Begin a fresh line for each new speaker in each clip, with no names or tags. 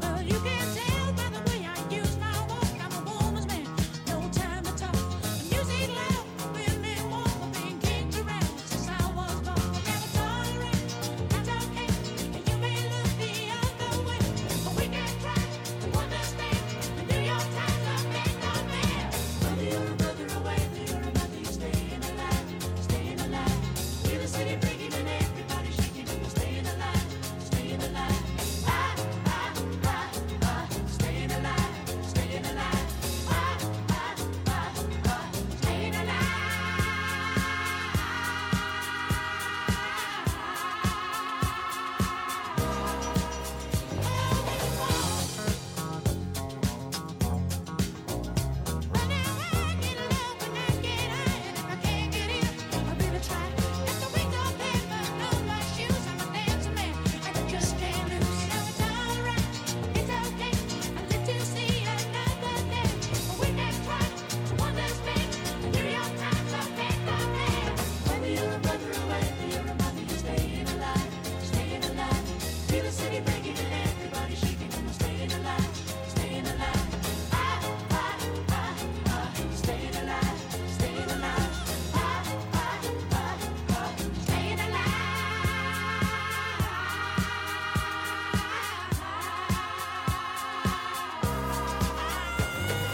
Well, you can tell by the way I use my walk. I'm a woman's man, no time to talk. Music loud, women want the thing kicked around. Since I was born, I never tolerate anti-hate. And you may look the other way, but we can try to understand. The New York Times are made no man. Whether you're a brother or whether you're a mother, you're staying alive, staying alive. We're the city breaking and everybody shaking, and we're staying alive, staying alive. Ah, ah, ah, ah, staying alive, staying alive. Ah, ah, ah, ah, staying alive. Running high, get low, when I get high, and if I can't get in, I really try. Got the wings on paper, know my shoes. I'm a dancing man, I just can't lose. Now it's alright, it's okay. I live to see another day. We can try to understand. The New York Times are made for men. Whether you're a brother or whether you're a mother, you're staying alive, staying alive. Feel the city breaking and everybody shaking, and we're staying alive, staying alive. Ah, ah, ah, ah, staying alive, staying alive. Ah, ah, ah, ah, staying alive.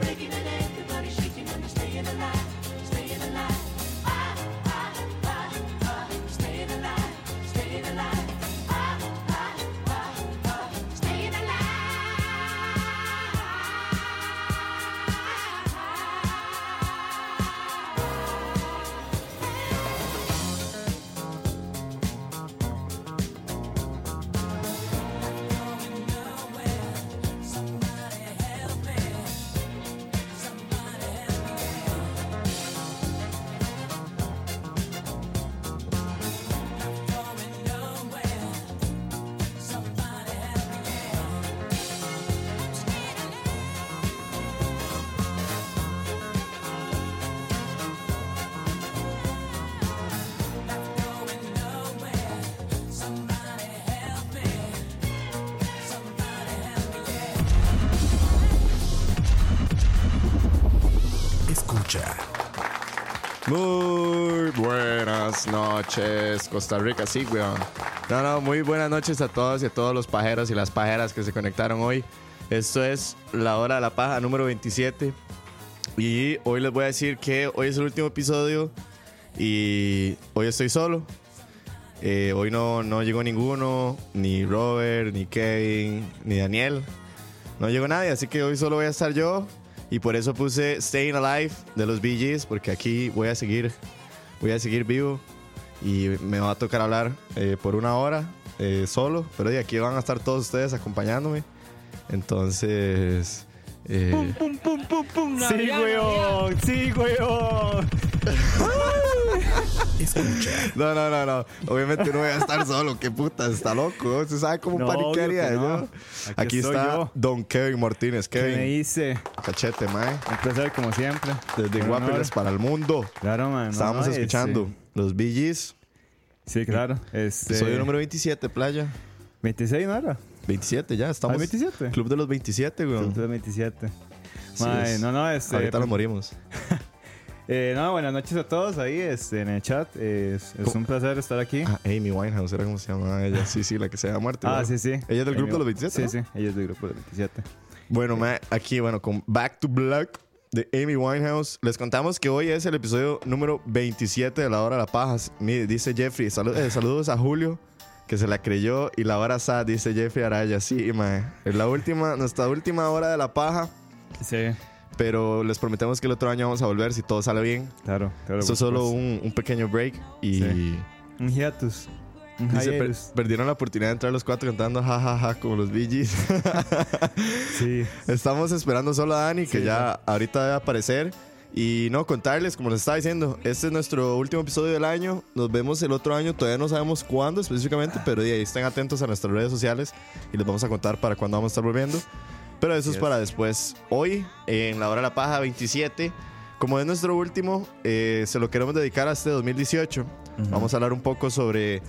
Breaking and everybody shaking and staying alive, staying alive. Ah, ah, ah, ah, staying alive, staying alive. Ah, ah, ah, ah, staying alive.
Escucha.
Muy buenas noches, Costa Rica, sí, weón. No, no, muy buenas noches a todos y a todos los pajeros y las pajeras que se conectaron hoy. Esto es La Hora de la Paja número 27. Y hoy les voy a decir que hoy es el último episodio y hoy estoy solo. Eh, hoy no, no llegó ninguno, ni Robert, ni Kevin, ni Daniel. No llegó nadie, así que hoy solo voy a estar yo. Y por eso puse Staying Alive de los Bee Gees, porque aquí voy a seguir, voy a seguir vivo. Y me va a tocar hablar eh, por una hora eh, solo. Pero de aquí van a estar todos ustedes acompañándome. Entonces. eh,
Pum, pum, pum, pum.
Sí,
Navidad, Navidad.
weón. Sí, weón.
no, no, no, no. Obviamente no voy a estar solo. Qué puta, está loco. Usted sabe cómo
No,
paniquearía
obvio que
yo.
no. Aquí
Aquí
estoy
está
yo.
Don Kevin Martínez.
¿Qué me
Kevin,
hice?
cachete, mae.
Un placer, como siempre.
Desde
Un
Guapiles
honor.
para el mundo.
Claro, man. no,
Estábamos
no,
escuchando los BGs.
este, sí, claro. Este,
Soy el número 27, playa.
26, ¿no era?
27 ya, estamos.
¿Ah, 27?
Club de los 27, güey.
Entonces, 27.
Sí,
Mae,
es.
no, no, este.
Ahorita nos morimos.
eh, no, buenas noches a todos ahí este, en el chat. Es, es
¿Cómo?
un placer estar aquí.
Ah, Amy Winehouse, era como se llamaba ella. Sí, sí, la que se había muerto.
Ah,
güey.
sí, sí.
Ella es del grupo de los 27.
Sí,
¿no?
sí, ella es del grupo de los 27.
Bueno, mae, aquí, bueno, con Back to Black de Amy Winehouse. Les contamos que hoy es el episodio número 27 de La Hora de la Paja. Mire, dice Jeffrey, salu- eh, saludos a Julio, que se la creyó. Y la hora sad, dice Jeffrey Araya. Sí, mae. Es la última, nuestra última hora de la paja.
Sí,
Pero les prometemos que el otro año vamos a volver si todo sale bien.
claro. claro
Esto
por
es solo
supuesto.
un, un pequeño break y
Sí. un hiatus. Un
dice, "Per-
hiatus.
perdieron la oportunidad de entrar los cuatro cantando jajaja como los Bee Gees".
Sí.
Estamos esperando solo a Dani, que
Sí,
ya ahorita debe aparecer. Y no, contarles, como les estaba diciendo, este es nuestro último episodio del año. Nos vemos el otro año, todavía no sabemos cuándo específicamente, pero de ahí estén atentos a nuestras redes sociales y les vamos a contar para cuándo vamos a estar volviendo. Pero eso es para después. Hoy, en la hora de la paja 27, como es nuestro último, eh, se lo queremos dedicar a este 2018. Vamos a hablar un poco sobre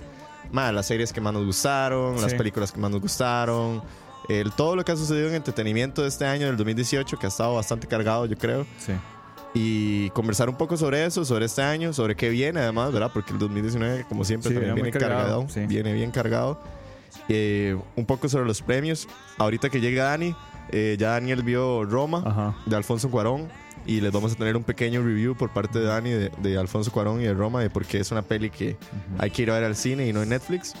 ma, las series que más nos gustaron, las
Sí.
películas que más nos gustaron, el, todo lo que ha sucedido en entretenimiento de este año, del 2018, que ha estado bastante cargado, yo creo.
Sí.
Y conversar un poco sobre eso, sobre este año, sobre qué viene además, ¿verdad? Porque el 2019, como siempre,
Sí,
también
viene muy
viene cargado,
cargado, sí.
viene bien cargado. Eh, un poco sobre los premios. Ahorita que llega Dani, eh, ya Daniel vio Roma
Ajá.
de Alfonso Cuarón y les vamos a tener un pequeño review por parte de Dani de, de Alfonso Cuarón y de Roma de por qué es una peli que hay que ir a ver al cine y no en Netflix.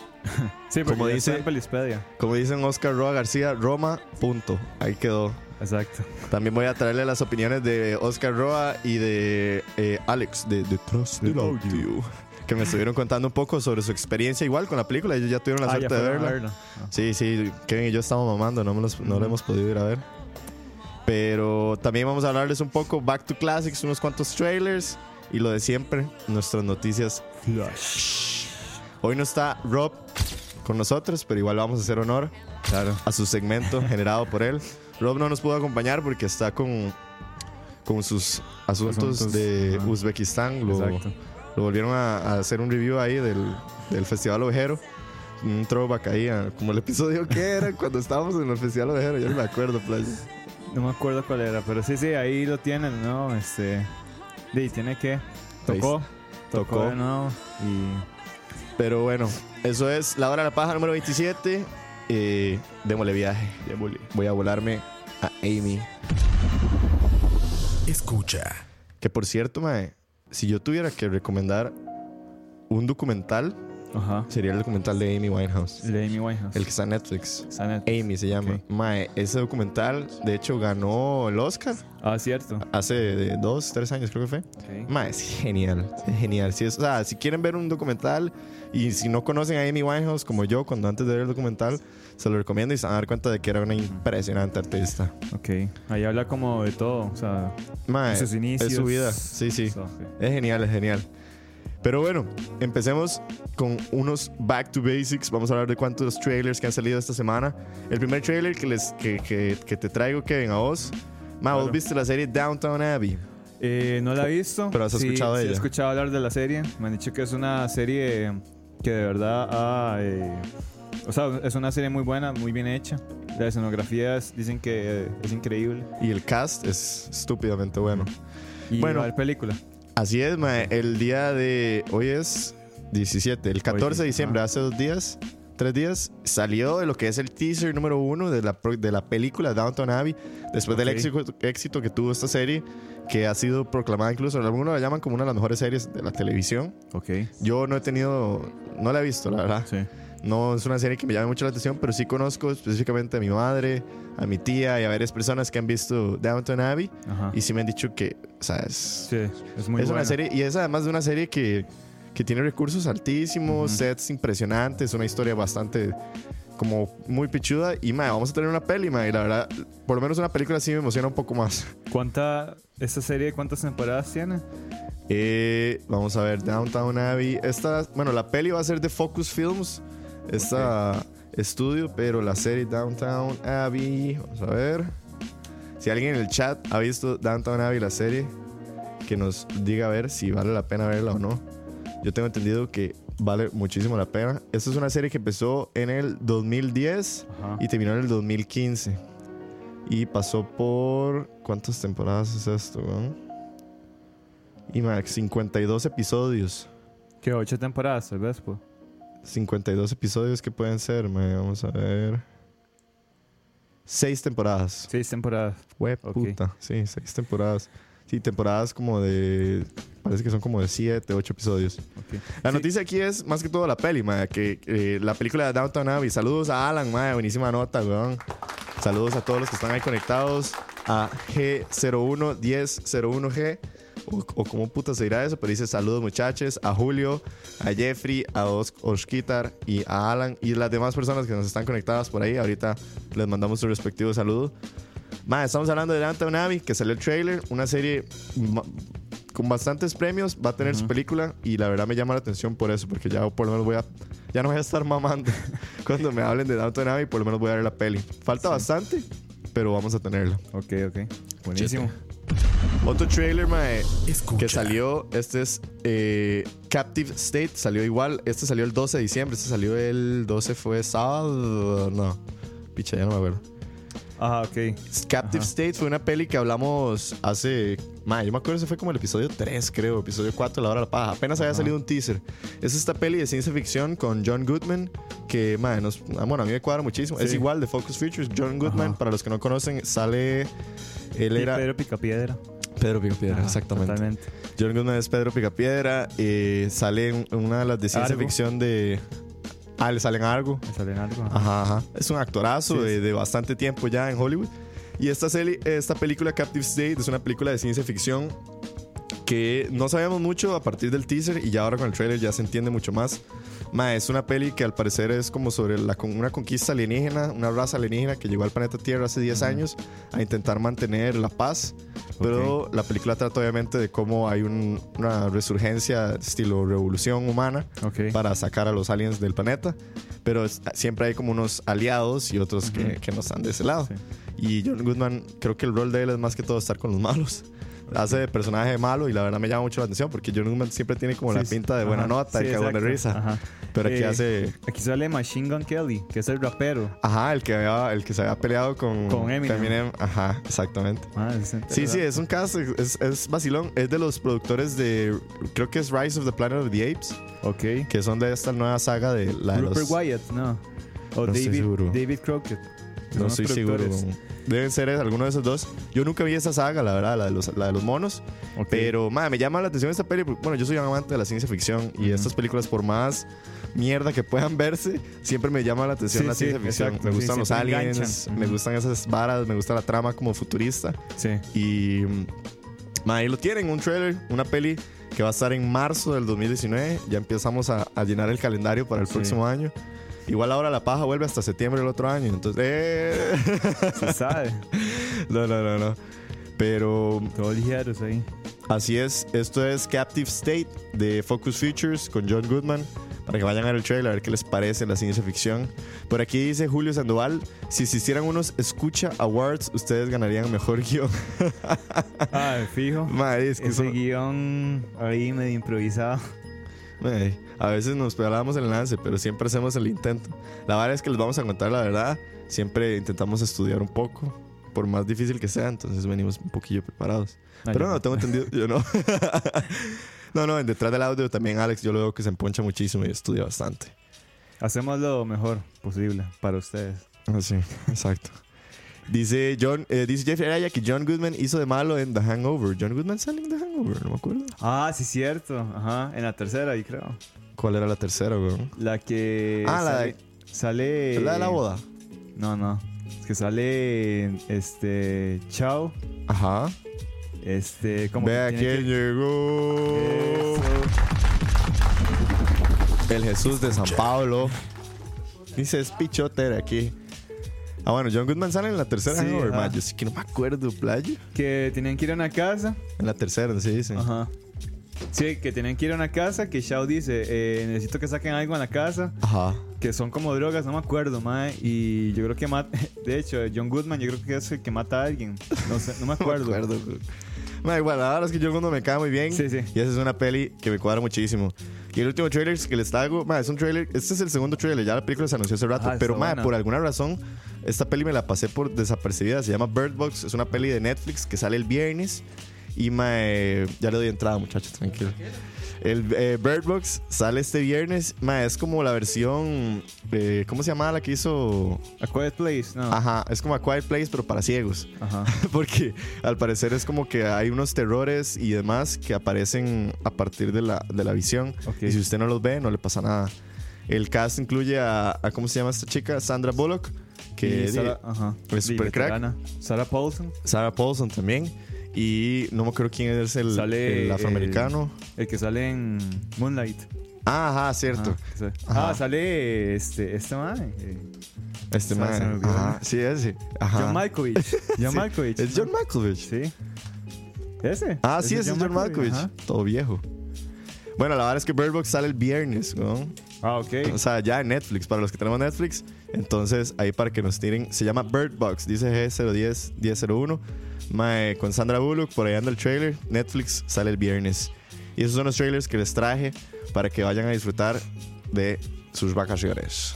Sí, porque
Como
ya
dice-
está en Pelispedia.
Como dicen Oscar Roa García, Roma, punto. Ahí quedó.
Exacto.
También voy a traerle las opiniones de Oscar Roa y de eh, Alex de The Trust the Audio, que me estuvieron contando un poco sobre su experiencia igual con la película. Ellos ya tuvieron la
Ah, ya
suerte de
fueron a
verla.
Ah.
Sí, sí, Kevin y yo estamos mamando, no, me los- no lo hemos podido ir a ver. Pero también vamos a hablarles un poco Back to Classics, unos cuantos trailers y lo de siempre, nuestras noticias. Hoy no está Rob con nosotros, pero igual vamos a hacer honor
Claro.
a su segmento generado por él. Rob no nos pudo acompañar porque está con, con sus asuntos,
Asuntos,
de
ajá.
Uzbekistán. Lo,
Exacto.
lo volvieron a, a hacer un review ahí del, del Festival Ovejero. Un throwback ahí, a- como el episodio que era cuando estábamos en el Festival Ovejero. Yo no me acuerdo, playa.
No me acuerdo cuál era, pero sí, sí, ahí lo tienen, ¿no? Este. Y tiene que. Tocó. Tocó.
Tocó.
de nuevo. Y.
Pero bueno, eso es La Hora de la Paja número 27. Eh, démosle viaje. Voy a volarme a Amy.
Escucha.
Que por cierto, mae, si yo tuviera que recomendar un documental,
Ajá.
sería el documental de Amy Winehouse.
El de Amy Winehouse.
El que está en Netflix.
Está en el-
Amy se llama.
Ok.
Mae, ese documental, de hecho, ganó el Oscar
Ah, cierto.
hace de dos, tres años, creo que fue. Mae, es genial. Es genial. Si es, o sea, si quieren ver un documental y si no conocen a Amy Winehouse como yo, cuando antes de ver el documental, se lo recomiendo y se van a dar cuenta de que era una impresionante artista.
Ok. Ahí habla como de todo. O sea,
Mae,
sus inicios.
Eh, es su vida. Sí, sí.
So, ok.
Es genial, es genial. Pero bueno, empecemos con unos back to basics. Vamos a hablar de cuántos trailers que han salido esta semana. El primer trailer que, les, que, que- que te traigo, Kevin, a vos. Ma, vos
Claro.
viste la serie Downtown Abbey.
Eh, no la he visto.
Pero has
Sí,
escuchado de
sí
ella.
he escuchado hablar de la serie. Me han dicho que es una serie que de verdad ha, eh, o sea, es una serie muy buena, muy bien hecha. La escenografía es- dicen que eh, es increíble.
Y el cast es estúpidamente bueno. Bueno.
Y bueno, va a haber película.
Así es, ma, el día de hoy es 17, el 14 de
Hoy sí,
diciembre,
ajá.
hace dos días, tres días, salió de lo que es el teaser número uno de la, pro- de la película Downton Abbey, después del
Ok.
éxito, éxito que tuvo esta serie, que ha sido proclamada incluso, algunos la llaman como una de las mejores series de la televisión.
Ok.
Yo no he tenido, no la he visto, la verdad.
Sí.
No es una serie que me llame mucho la atención, pero sí conozco específicamente a mi madre, a mi tía y a varias personas que han visto Downton Abbey
Ajá.
y sí me han dicho que, o sea, es
sí, es muy
es
buena.
una serie, y es además de una serie que, que tiene recursos altísimos, sets impresionantes, una historia bastante como muy pichuda. Y mae, vamos a tener una peli, mae. Y la verdad, por lo menos una película sí me emociona un poco más.
¿Cuánta, ¿Esta serie cuántas temporadas tiene?
Eh, vamos a ver, Downtown Abbey. Esta, bueno, la peli va a ser de Focus Films, esta estudio, pero la serie Downtown Abbey, vamos a ver. Si alguien en el chat ha visto Downtown Abbey, la serie, que nos diga a ver si vale la pena verla o no. Yo tengo entendido que vale muchísimo la pena. Esta es una serie que empezó en el 2010
Ajá.
y terminó en el 2015. Y pasó por. ¿Cuántas temporadas es esto, weón? Y Max, 52 episodios.
¿Qué? ¿Ocho temporadas tal vez? pues. po?
52 episodios que pueden ser, mae? Vamos a ver. Seis temporadas.
Seis temporadas.
Hue
Ok.
puta. Sí, seis temporadas. Sí, temporadas como de. Parece que son como de siete, ocho episodios.
ok.
La
Sí.
noticia aquí es más que todo la peli, mae, que eh, la película de Downtown Abbey. Saludos a Alan, mae, buenísima nota, weón. Saludos a todos los que están ahí conectados a G011001G. O, o cómo puta se dirá eso, pero dice saludos muchachos a Julio, a Jeffrey, a Os Oskitar y a Alan y las demás personas que nos están conectadas por ahí. Ahorita les mandamos su respectivo saludo. Mae, estamos hablando de Downtown Abbey, que salió el trailer, una serie ma- con bastantes premios, va a tener su película y la verdad me llama la atención por eso, porque ya por lo menos voy a, ya no voy a estar mamando cuando me hablen de Downton Abbey, por lo menos voy a ver la peli. Falta bastante, pero vamos a tenerla.
Ok, ok. Buenísimo.
Otro trailer, mae,
Escucha.
que salió, este es eh, Captive State, salió igual, este salió el 12 de diciembre, este salió el 12 fue sábado, no, picha, ya no me acuerdo.
Ajá, ok.
Captive
Ajá.
State fue una peli que hablamos hace. Man, yo me acuerdo, ese fue como el episodio 3, creo, episodio 4, La Hora de la Paja. Apenas había
Ajá.
salido un teaser. Es esta peli de ciencia ficción con John Goodman, que, man, nos, ah, bueno, a mí me cuadra muchísimo. Es
Sí.
igual de Focus Features. John Goodman,
Ajá.
para los que no conocen, sale. Él
Y
era
Pedro Picapiedra.
Pedro Picapiedra,
Ajá,
exactamente.
Totalmente.
John Goodman es Pedro Picapiedra. eh, sale en una de las de ciencia
Argo.
ficción de. Ah, le salen algo.
Me sale en algo. ajá.
Ajá, ajá. Es un actorazo
Sí,
de,
sí.
de bastante tiempo ya en Hollywood. Y esta, serie, esta película Captive State es una película de ciencia ficción que no sabíamos mucho a partir del teaser y ya ahora con el trailer ya se entiende mucho más. Ma, es una peli que al parecer es como sobre la, con- una conquista alienígena, una raza alienígena que llegó al planeta Tierra hace 10 años a intentar mantener la paz. Pero la película trata obviamente de cómo hay un- una resurgencia estilo revolución humana
Ok.
para sacar a los aliens del planeta. Pero es- siempre hay como unos aliados y otros que- que, no están de ese lado.
Sí.
Y John Goodman, creo que el rol de él es más que todo estar con los malos. Hace de personaje malo y la verdad me llama mucho la atención porque John Goodman siempre tiene como la
Sí, sí.
pinta de buena
Ajá.
nota
Sí,
y cagón de
exacto.
risa.
Ajá.
Pero aquí
Eh,
hace.
Aquí sale Machine Gun Kelly, que es el rapero.
Ajá, el que, había- el que se había peleado con,
Con Eminem.
Ajá, exactamente.
Ah, es-
Sí, sí, es un caso, es, es vacilón. Es de los productores de. Creo que es Rise of the Planet of the Apes,
Ok.
que son de esta nueva saga de la de los-
Rupert Wyatt, no. O
No estoy
David,
seguro.
David Crockett. que
No
son los
estoy seguro.
productores.
Deben ser alguno de esos dos. Yo nunca vi esa saga, la verdad, la de los, la de los monos.
Ok.
Pero, madre, me llama la atención esta peli. porque, Bueno, yo soy un amante de la ciencia ficción y
Ujú.
estas películas, por más mierda que puedan verse, siempre me llama la atención
Sí,
la
sí,
ciencia ficción.
exacto,
me
sí,
gustan los
siempre
aliens,
enganchan.
me
Ujú.
gustan esas varas, me gusta la trama como futurista.
Sí.
Y, mm, ma, ahí lo tienen, un trailer, una peli que va a estar en marzo del 2019. Ya empezamos a, a llenar el calendario para el
Sí.
próximo año. Igual ahora la paja vuelve hasta septiembre del otro año. Entonces, eh.
Se sabe.
no, no, no, no. Pero
Todos ligeros ahí.
así es, esto es Captive State de Focus Features con John Goodman. Para que vayan a ver el trailer, a ver qué les parece la ciencia ficción. Por aquí dice Julio Sandoval: si existieran unos Escucha Awards, ustedes ganarían mejor guión.
Ah, fijo.
Madre, es que
Ese
eso-
guión ahí medio improvisado.
Ey, a veces nos pegamos el lance, pero siempre hacemos el intento. La verdad es que les vamos a contar la verdad. Siempre intentamos estudiar un poco, por más difícil que sea, entonces venimos un poquillo preparados.
No,
pero
yo
no,
no.
tengo entendido, yo no. no, no, en detrás del audio también Alex, yo lo veo que se emponcha muchísimo y estudia bastante.
Hacemos lo mejor posible para ustedes.
Así, Ah, exacto. Dice John, eh, dice Jeffrey Araya que John Goodman hizo de malo en The Hangover. John Goodman sale en The Hangover, no me acuerdo.
Ah, sí, cierto. Ajá. En la tercera, ahí creo.
¿Cuál era la tercera, weón?
La que.
Ah, la
sale,
de-
Sale.
La de la boda.
No, no. Es que sale. Este. Chao.
Ajá.
Este. Como
Vea
que
quién
tiene
llegó.
que- Eso.
El Jesús de San Pablo. Dice, es pichoter aquí. Ah, bueno, John Goodman sale en la tercera
Sí,
Hangover,
ajá.
ma. Yo sí que no me acuerdo, playa.
Que tenían que ir a una casa.
En la tercera, sí, sí.
Ajá. Sí, que tenían que ir a una casa. Que Shao dice: eh, Necesito que saquen algo en la casa.
Ajá.
Que son como drogas, no me acuerdo, mae. Y yo creo que mata. De hecho, John Goodman, yo creo que es el que mata a alguien. No sé, no me
No me
acuerdo.
acuerdo. Ma, igual, la verdad es que John Goodman me cae muy bien.
Sí, sí.
Y esa es una peli que me cuadra muchísimo. Y el último trailer que les hago, ma, es un trailer. Este es el segundo trailer, ya la película se anunció hace rato.
Ah,
pero,
está
ma,
buena.
por alguna razón, esta peli me la pasé por desapercibida. Se llama Bird Box, es una peli de Netflix que sale el viernes. Y, ma, eh, ya le doy entrada, muchachos, tranquilo. El eh, Bird Box sale este viernes. Ma, es como la versión. eh, ¿Cómo se llamaba la que hizo?
A Quiet Place, no.
Ajá, es como A Quiet Place, pero para ciegos.
Ajá.
Porque al parecer es como que hay unos terrores y demás que aparecen a partir de la, de la visión.
Ok.
Y si usted no los ve, no le pasa nada. El cast incluye a, a- ¿cómo se llama esta chica? Sandra Bullock,
Y
que es
Sarah- ajá.
es
Y
super crack.
veterana. Sarah Paulson,
Sarah Paulson también. Y no me acuerdo quién es el,
Sale
el afroamericano.
el que sale en Moonlight.
Ah, ajá, cierto.
Ah, que sale-
Ajá.
ah, sale este, este mae. eh,
este
se-
man.
se me olvidó.
Ajá, sí, ese. Ajá.
John Malkovich. John
Sí,
Malkovich.
Es John Malkovich.
Sí. Ese.
Ah, sí, ese es John Malkovich.
ajá.
Todo viejo. Bueno, la verdad es que Bird Box sale el viernes, ¿no?
Ah, ok.
O sea, ya en Netflix, para los que tenemos Netflix. Entonces, ahí para que nos tiren. Se llama Bird Box, dice G010-1001. Mae, con Sandra Bullock, por ahí anda el trailer. Netflix sale el viernes. Y esos son los trailers que les traje para que vayan a disfrutar de sus vacaciones.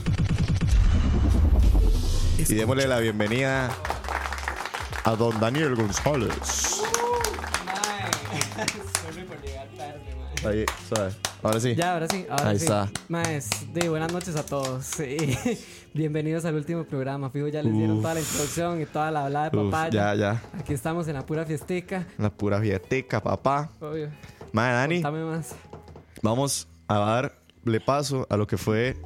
Y démosle la bienvenida a don Daniel González.
Sorry por llegar tarde, mae.
Ahí, suave. Ahora sí.
Ya, ahora sí, ahora
Ahí
sí.
está.
Maes, de buenas noches a todos. Sí. Bienvenidos al último programa. Fijo, ya les dieron
Uf.
toda la introducción y toda la hablada de
Uf,
papaya.
ya, ya.
Aquí estamos en la pura fiestica.
La pura fieteca, papá.
Obvio.
Mae, Dani.
Dame más.
vamos a darle paso a lo que fue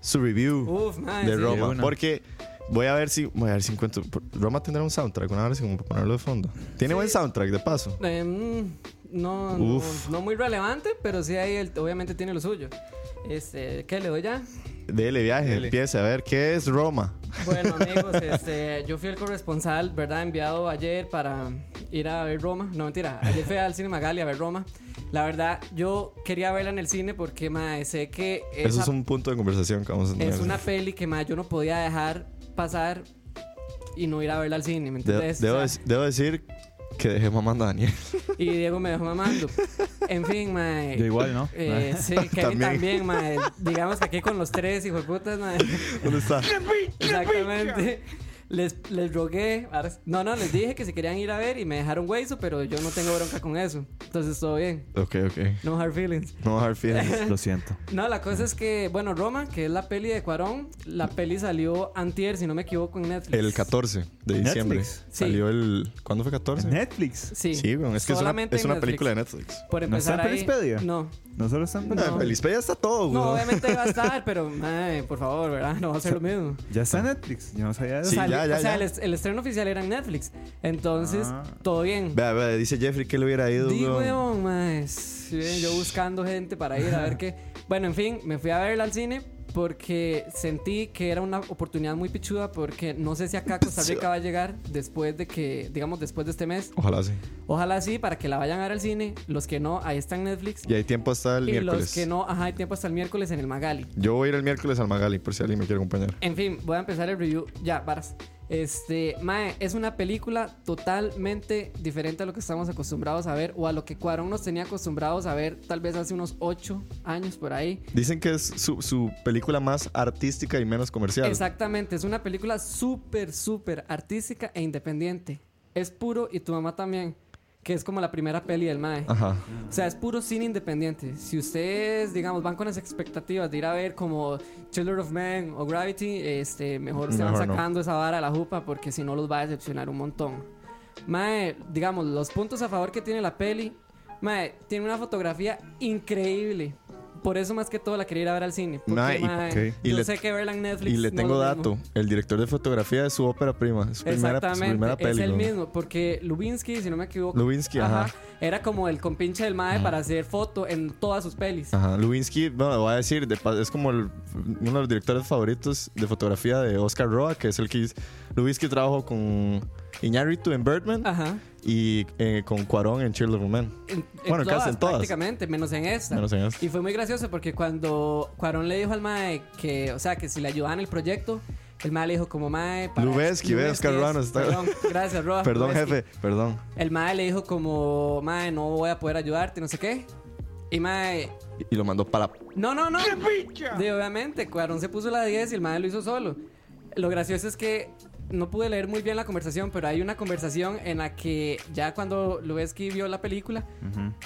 su review
Uf, mae,
de
Uh, sí.
Roma.
De una.
porque voy a ver si voy a ver si encuentro. Roma tendrá un soundtrack, una vez como para ponerlo de fondo. Tiene buen soundtrack de paso.
Eh, mm, no, no,
Uf.
no muy relevante, pero sí ahí el- obviamente tiene lo suyo. Este, ¿qué le doy ya?
Dele viaje,
Dele.
empiece a ver qué es Roma.
Bueno, amigos, este, yo fui el corresponsal, ¿verdad? Enviado ayer para ir a ver Roma. No, mentira. Ayer fui al Cine Magali a ver Roma. La verdad, yo quería verla en el cine porque, mae, sé que esa-
Eso es un punto de conversación que vamos a tener.
es una peli que, mae, yo no podía dejar pasar y no ir a verla al cine, ¿me
De-
entiendes? O
debo,
sea,
dec- debo decir que dejé mamando a Daniel.
y Diego me dejó mamando. En fin, mae.
Yo igual, ¿no?
Eh, sí, Kevin
También.
también, mae. Digamos que aquí con los tres, hijo de putas, mae.
¿Dónde está?
Exactamente. Les, les rogué. ahora sí. No, no, les dije que si querían ir a ver y me dejaron hueso, pero yo no tengo bronca con eso. Entonces todo bien.
Ok, ok.
No hard feelings.
No hard feelings.
Lo siento.
No, la cosa es que, bueno, Roma, que es la peli de Cuarón, la peli salió antier, si no me equivoco, en Netflix.
El 14 de
Netflix.
diciembre
Sí.
salió el. ¿Cuándo fue 14?
Netflix.
Sí.
Sí, weón, es que es una,
Solamente
es
en
una
Netflix.
película de Netflix.
Por
¿No está
empezar
en
ahí-
Pelispedia?
No.
Nosotros estamos.
No.
En Pelispedia está todo, weón.
No, obviamente va a estar, pero, mae, por favor, ¿verdad? No va a ser lo mismo.
Ya está en Netflix. Yo no sabía de eso.
Sí,
Salió-
ya, ya,
o sea,
ya.
El, est- el estreno oficial era en Netflix. Entonces,
Ah.
todo bien.
Vea, vea, dice Jeffrey que le hubiera ido.
Di,
weón.
weón, mae. Sí, bien, Yo buscando gente para ir a ver qué. Bueno, en fin, me fui a verla al cine porque sentí que era una oportunidad muy pichuda porque no sé si acá Costa Rica va a llegar después de que, digamos, después de este mes.
Ojalá sí.
Ojalá sí, para que la vayan a ver al cine. Los que no, ahí está en Netflix.
Y hay tiempo hasta el
y
miércoles.
los que no, ajá, hay tiempo hasta el miércoles en el Magali.
Yo voy a ir el miércoles al Magali por si alguien me quiere acompañar.
En fin, voy a empezar el review. Ya, varas. Este, Mae, es una película totalmente diferente a lo que estamos acostumbrados a ver o a lo que Cuarón nos tenía acostumbrados a ver tal vez hace unos 8 años por ahí.
Dicen que es su, su película más artística y menos comercial.
Exactamente, es una película súper, súper artística e independiente. Es puro y tu mamá también, que es como la primera peli del Mae.
Ajá.
O sea, es puro cine independiente. Si ustedes, digamos, van con las expectativas de ir a ver como Children of Men o Gravity, este, mejor se van
Mejor no.
sacando esa vara a la jupa porque si no los va a decepcionar un montón. Mae, digamos, los puntos a favor que tiene la peli, mae, tiene una fotografía increíble. por eso más que todo la quería ir a ver al cine. Porque,
Mae, y-
mae,
ok. Y
yo
le-
sé que verla en Netflix.
Y le
no
tengo
es lo mismo.
dato. El director de fotografía de su ópera prima. Su primera, su
Exactamente,
primera peli.
es el
¿no?
mismo, porque Lubinsky, si no me equivoco,
Lubinsky, ajá.
era como el compinche del MAE para hacer foto en todas sus pelis.
Ajá, Lubinsky, bueno, lo voy a decir, de pa- es como el- uno de los directores favoritos de fotografía de Oscar Roa, que es el que hizo- Lubinsky trabajó con Iñárritu en Birdman
Ajá.
y eh, con Cuarón en Children of Men.
En,
Bueno, casi en todas.
Prácticamente, menos en esta.
Menos en esta.
Y fue muy gracioso porque cuando Cuarón le dijo al Mae que, o sea, que si le ayudaban el proyecto, el Mae le dijo como Mae. para-
Lubeski, ve, Oscar
es-
Roa nos está-
Perdón, gracias, Roa.
Perdón,
Lubeski.
jefe, perdón.
El Mae le dijo como Mae, no voy a poder ayudarte, no sé qué. Y Mae,
Y- Y lo mandó para la-
no, no, no. Sí, obviamente, Cuarón se puso la 10 y el madre lo hizo solo. Lo gracioso es que no pude leer muy bien la conversación, pero hay una conversación en la que ya cuando Lubeski vio la película,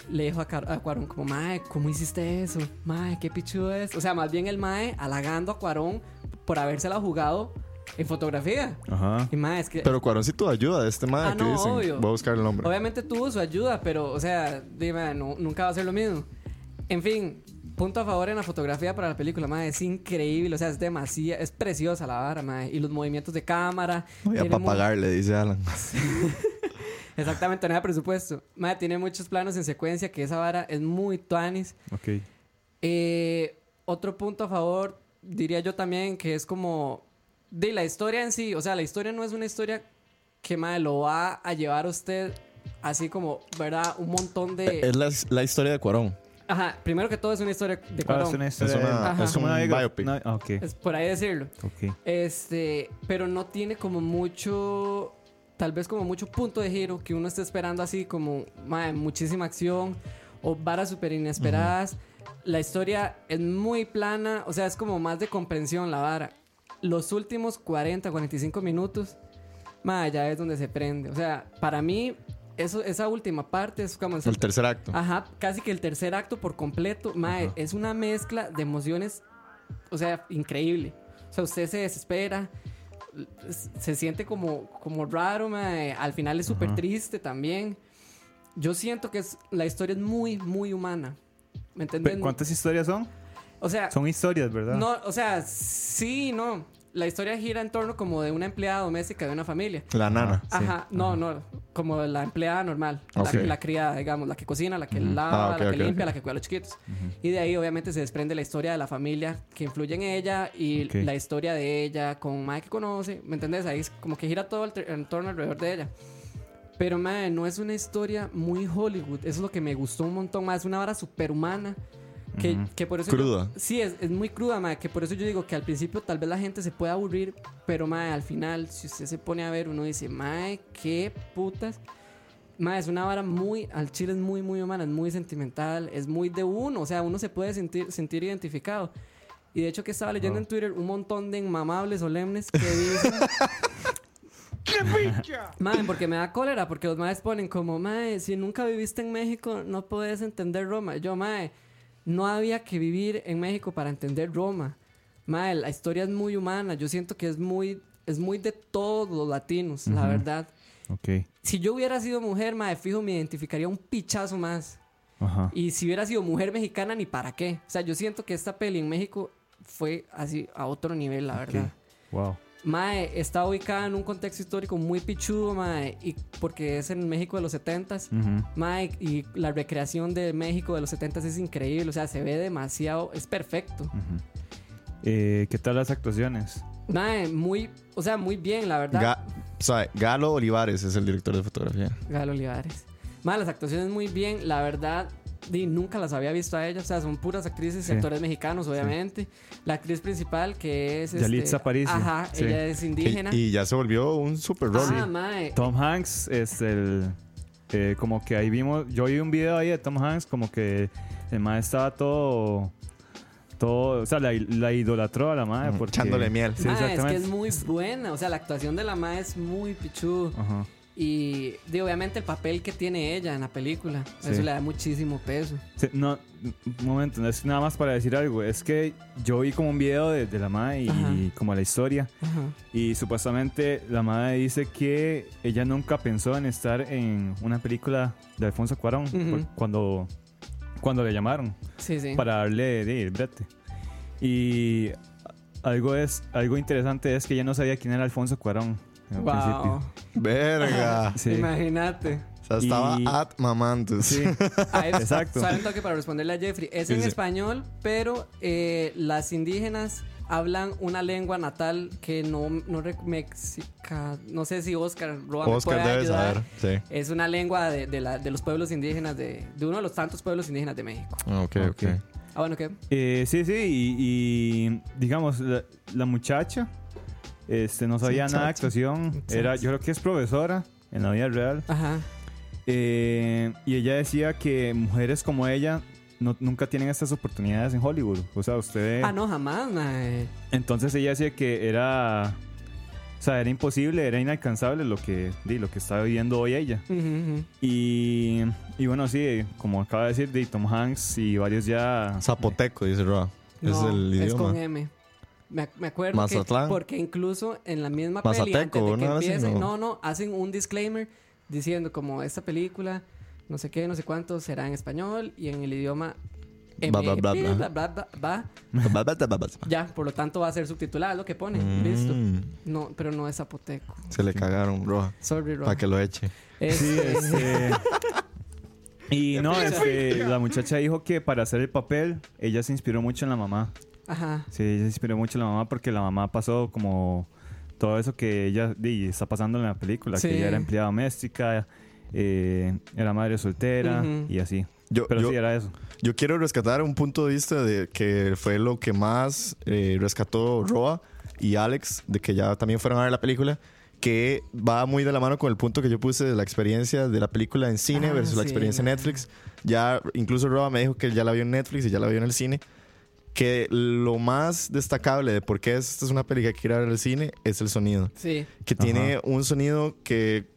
le dijo a, Car- a Cuarón como, mae, ¿cómo hiciste eso? Mae, qué pichudo es. O sea, más bien el mae halagando a Cuarón por habérsela jugado en fotografía.
Ajá.
Y mae, es que...
Pero Cuarón sí tuvo ayuda de este madre
Ah,
que
no,
dicen.
obvio.
Voy a buscar el nombre.
Obviamente tuvo su ayuda, pero, o sea, dime, no- nunca va a ser lo mismo. En fin, punto a favor en la fotografía para la película, madre. Es increíble, o sea, es demasiado, es preciosa la vara, madre. Y los movimientos de cámara.
Voy a
tiene mu-
papagar, le dice Alan.
Exactamente, no había presupuesto. Madre, tiene muchos planos en secuencia, que esa vara es muy tuanis.
Ok.
Eh, otro punto a favor, diría yo también, que es como de la historia en sí. O sea, la historia no es una historia que madre, lo va a llevar a usted así como, ¿verdad? Un montón de...
Es la, la historia de Cuarón.
Ajá, primero que todo es una historia de
Ah,
Cuarón.
es una
es...
historia.
Es una-
Ajá.
es
como
un
una biografía.
biopic.
Una- ah, ok.
por ahí decirlo.
Ok.
Este, pero no tiene como mucho, tal vez como mucho punto de giro que uno esté esperando así como, mae, muchísima acción o varas súper inesperadas. La historia es muy plana, o sea, es como más de comprensión la vara. Los últimos 40, 45 minutos, mae, ya es donde se prende. O sea, para mí, eso, esa última parte es como...
El tercer acto.
Ajá, casi que el tercer acto por completo. Mae, es una mezcla de emociones, o sea, increíble. O sea, usted se desespera, s- se siente como, como raro, mae. Al final es súper triste también. Yo siento que es, la historia es muy, muy humana. ¿Me entienden?
Pe- ¿Cuántas historias son?
O sea,
Son historias, ¿verdad?
no, o sea, sí, no. La historia gira en torno como de una empleada doméstica de una familia.
La nana.
Ajá, no, no, como la empleada normal, la-
Ok.
la, criada, digamos, la que cocina, la que lava,
Ah, ok,
la que
ok,
limpia,
ok.
la que cuida a los chiquitos. Y de ahí obviamente se desprende la historia de la familia que influye en ella y
Ok.
la historia de ella con Mae que conoce, ¿me entendés? Ahí es como que gira todo el ter- en torno alrededor de ella. Pero Mae, no es una historia muy Hollywood, eso es lo que me gustó un montón, Mae, es una vara superhumana. Que, que por eso yo-
Cruda.
sí, es, es muy cruda, mae, que por eso yo digo que al principio tal vez la gente se puede aburrir, pero mae, al final, si usted se pone a ver, uno dice, mae, qué putas. Mae, es una vara muy, al chile es muy, muy humana, es muy sentimental, es muy de uno, o sea, uno se puede sentir, sentir identificado. Y de hecho que estaba leyendo en Twitter un montón de inmamables solemnes que dicen... Mae, porque me da cólera, porque los maes ponen como, mae, si nunca viviste en México, no puedes entender Roma. Yo, mae, no había que vivir en México para entender Roma. Mae, la historia es muy humana. Yo siento que es muy, es muy de todos los latinos, la verdad.
Ok.
Si yo hubiera sido mujer, mae, fijo, me identificaría un pichazo más.
Ajá.
Y si hubiera sido mujer mexicana, ni para qué. O sea, yo siento que esta peli en México fue así a otro nivel, la verdad.
Wow.
Mae, está ubicada en un contexto histórico muy pichudo, Mae, y porque es en México de los 70s. Mae, y la recreación de México de los 70s es increíble, o sea, se ve demasiado, es perfecto.
Eh, ¿Qué tal las actuaciones?
Mae, muy, o sea, muy bien, la verdad.
Ga- sabe, Galo Olivares es el director de fotografía.
Gal Olivares. Mae, las actuaciones muy bien, la verdad. Di, nunca las había visto a ellas, o sea, son puras actrices
Sí.
y actores mexicanos, obviamente. La actriz principal, que es. este,
Yalitza Aparicio.
Ajá,
Sí.
ella es
Y-
indígena.
Y, ya se volvió un super rol.
ah, mae.
Tom Hanks es el. eh, como que ahí vimos. Yo vi un video ahí de Tom Hanks, como que el mae estaba todo. Todo. O sea, la, la idolatró a la madre.
Ujú,
Porque,
echándole miel.
Sí,
Mae, es
exactamente.
que es muy buena, o sea, la actuación de la mae es muy pichudo.
Ajá.
Y de, obviamente el papel que tiene ella en la película,
Sí.
eso le da muchísimo peso.
Sí, no, un momento, no es nada más para decir algo. Es que yo vi como un video de, de la madre y,
Ajá.
como la historia. Y supuestamente la madre dice que ella nunca pensó en estar en una película de Alfonso Cuarón.
Ujú.
por- Cuando cuando le llamaron
Sí, sí.
para darle de, el brete. Y algo, es, algo interesante es que ya no sabía quién era Alfonso Cuarón en el
wow.
principio.
Verga.
Sí.
Imagínate.
O sea, estaba
Y-
at mamantes.
Sí.
A eso,
Exacto.
sabe un toque para responderle a Jeffrey. Es
Sí,
en
sí.
español, pero eh, las indígenas hablan una lengua natal que no, no re- mexica. No sé si Oscar Roa me
Oscar
puede
debe
ayudar.
saber. Sí.
Es una lengua de, de la- de los pueblos indígenas, de, de uno de los tantos pueblos indígenas de México.
Ah, Ok, ok.
Ok.
Ah, bueno, ¿qué?
Eh, sí, sí, y, y, digamos, la, la muchacha este, no sabía nada de actuación. Era, yo creo que es profesora en la vida real.
Ajá.
Eh, y ella decía que mujeres como ella no- nunca tienen estas oportunidades en Hollywood. O sea,
Eh.
usted...
Ah, no, jamás, mae.
Entonces ella decía que era... O sea, era imposible, era inalcanzable lo que, di, lo que está viviendo hoy ella.
Ujú, ujú.
Y, y bueno, sí, como acaba de decir, di, Tom Hanks y varios ya...
Zapoteco, dice Roa. Ese
No,
es el idioma.
con E. M. Me, ac- me acuerdo
Mazatlán.
que porque incluso en la misma peli antes
Mazateco,
de que
¿no? Así,
empiece,
¿no?
no, no, hacen un disclaimer diciendo como esta película no sé qué, no sé cuánto será en español y en el idioma M,
Ba, ba, bla, bla.
bla, bla, bla, bla. ya, por lo tanto va a ser subtitulada lo que pone, listo.
Mm,
No, pero no es zapoteco.
Se le cagaron, Roa.
Sorry, Rob.
Para que lo eche.
Es-
Sí, este. Y no, este, la muchacha dijo que para hacer el papel, ella se inspiró mucho en la mamá.
Ajá.
Sí, ella se inspiró mucho en la mamá porque la mamá pasó como todo eso que ella di, está pasando en la película,
Sí.
que ella era empleada doméstica, eh, era madre soltera
Ujú.
y así.
Yo,
Pero
yo,
sí, era eso.
yo quiero rescatar un punto de vista de que fue lo que más eh, rescató Roa y Alex, de que ya también fueron a ver la película, que va muy de la mano con el punto que yo puse de la experiencia de la película en cine
Ah,
versus la
sí,
experiencia en
mae.
Netflix. Ya incluso Roa me dijo que ya la vio en Netflix y ya la vio en el cine. Que lo más destacable de por qué esta es una película que quiero ver en el cine es el sonido.
Sí.
que
Ajá.
tiene un sonido que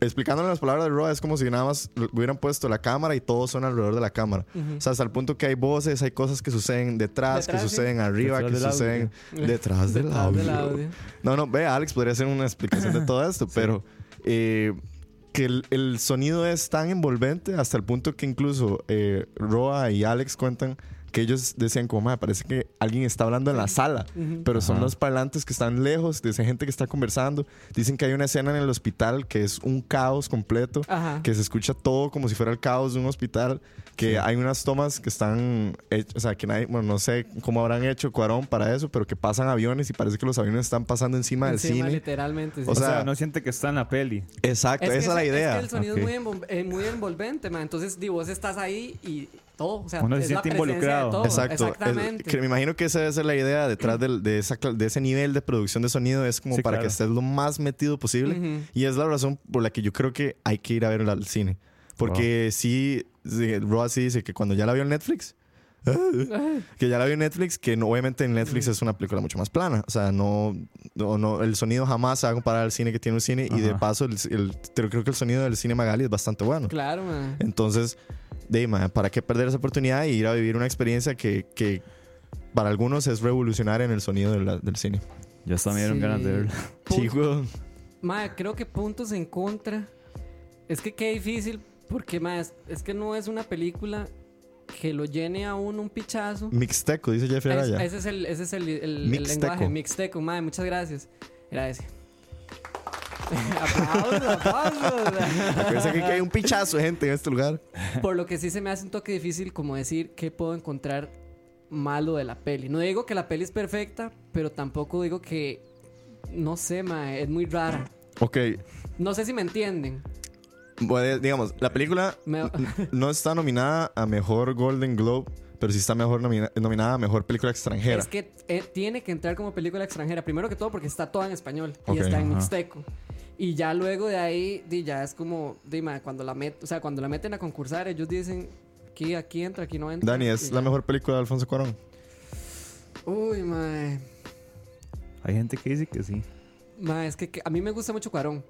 explicándole las palabras de Roa es como si nada más le hubieran puesto la cámara y todo suena alrededor de la cámara. O sea, hasta el punto que hay voces, hay cosas que suceden detrás,
Detrás,
que
sí.
suceden arriba,
Detrás
que
del
suceden detrás del
Detrás
audio.
del audio.
No, no, ve, Alex podría hacer una explicación de todo esto, pero eh, que el, el sonido es tan envolvente hasta el punto que incluso eh, Roa y Alex cuentan que ellos decían como, "Ma, parece que alguien está hablando en la sala, pero son
Ajá.
los parlantes que están lejos, dicen gente que está conversando, dicen que hay una escena en el hospital que es un caos completo,
Ajá.
que se escucha todo como si fuera el caos de un hospital, que hay unas tomas que están, hech- o sea, que nadie, bueno, no sé cómo habrán hecho Cuarón para eso, pero que pasan aviones y parece que los aviones están pasando encima,
Encima,
del cine.
literalmente. sí.
O
O sea,
sea,
no siente que está en la peli.
Exacto,
que
esa es la
eso-
idea.
que el sonido
Ok.
es muy, envol- eh, muy envolvente, man. Entonces, di, vos estás ahí y todo. O sea,
Uno se
es
siente
la presencia
involucrado.
De todo.
Exacto, el-
Exactamente.
que me imagino que esa debe ser la idea detrás del- de, esa cla- de ese nivel de producción de sonido, es como
Sí,
para
claro.
que estés lo más metido posible.
Ujú.
Y es la razón por la que yo creo que hay que ir a verla al cine. Porque sí, sí, Roa sí dice que cuando ya la vio en Netflix, que ya la vio en Netflix, que no- obviamente en Netflix es una película mucho más plana. O sea, no, no, no- el sonido jamás se va a comparar al cine que tiene un cine. Y de
Ajá.
paso, el, el- pero creo que el sonido del cine Magali es bastante bueno.
Claro, man.
Entonces, de, ahí, mae, ¿para qué perder esa oportunidad y ir a vivir una experiencia que, que para algunos es revolucionaria en el sonido de la- del cine?
Ya hasta me dieron
Sí.
ganas de verla.
Pu-
güey.
Mae, creo que puntos en contra. Es que qué difícil, porque, mae, es, es que no es una película que lo llene a uno un pichazo.
Mm, Mixteco, dice Jeffrey
Es-
Araya.
ese es el, ese es el, el- el
Mixteco.
lenguaje mixteco, mae. Muchas gracias. Gracias. aplausos, aplausos.
Acuérdense que aquí hay un pichazo de gente en este lugar.
Por lo que sí se me hace un toque difícil como decir qué puedo encontrar malo de la peli. No digo que la peli es perfecta, pero tampoco digo que no sé, mae, es muy rara.
Ok,
No sé si me entienden.
bueno, eh, digamos, la película
Me-
no está nominada a Mejor Golden Globe, pero sí está mejor nomina- nominada a Mejor Película Extranjera.
es que eh, tiene que entrar como película extranjera, primero que todo porque está toda en español
Ok,
y está en
ajá.
mixteco. Y ya luego de ahí, di, ya es como, di, mae, cuando la met, o sea, cuando la meten a concursar, ellos dicen aquí, aquí entra, aquí no entra.
Dani,
y
¿es
ya.
la mejor película de Alfonso Cuarón?
Uy, mae.
Hay gente que dice que sí.
Mae, es que, que a mí me gusta mucho Cuarón.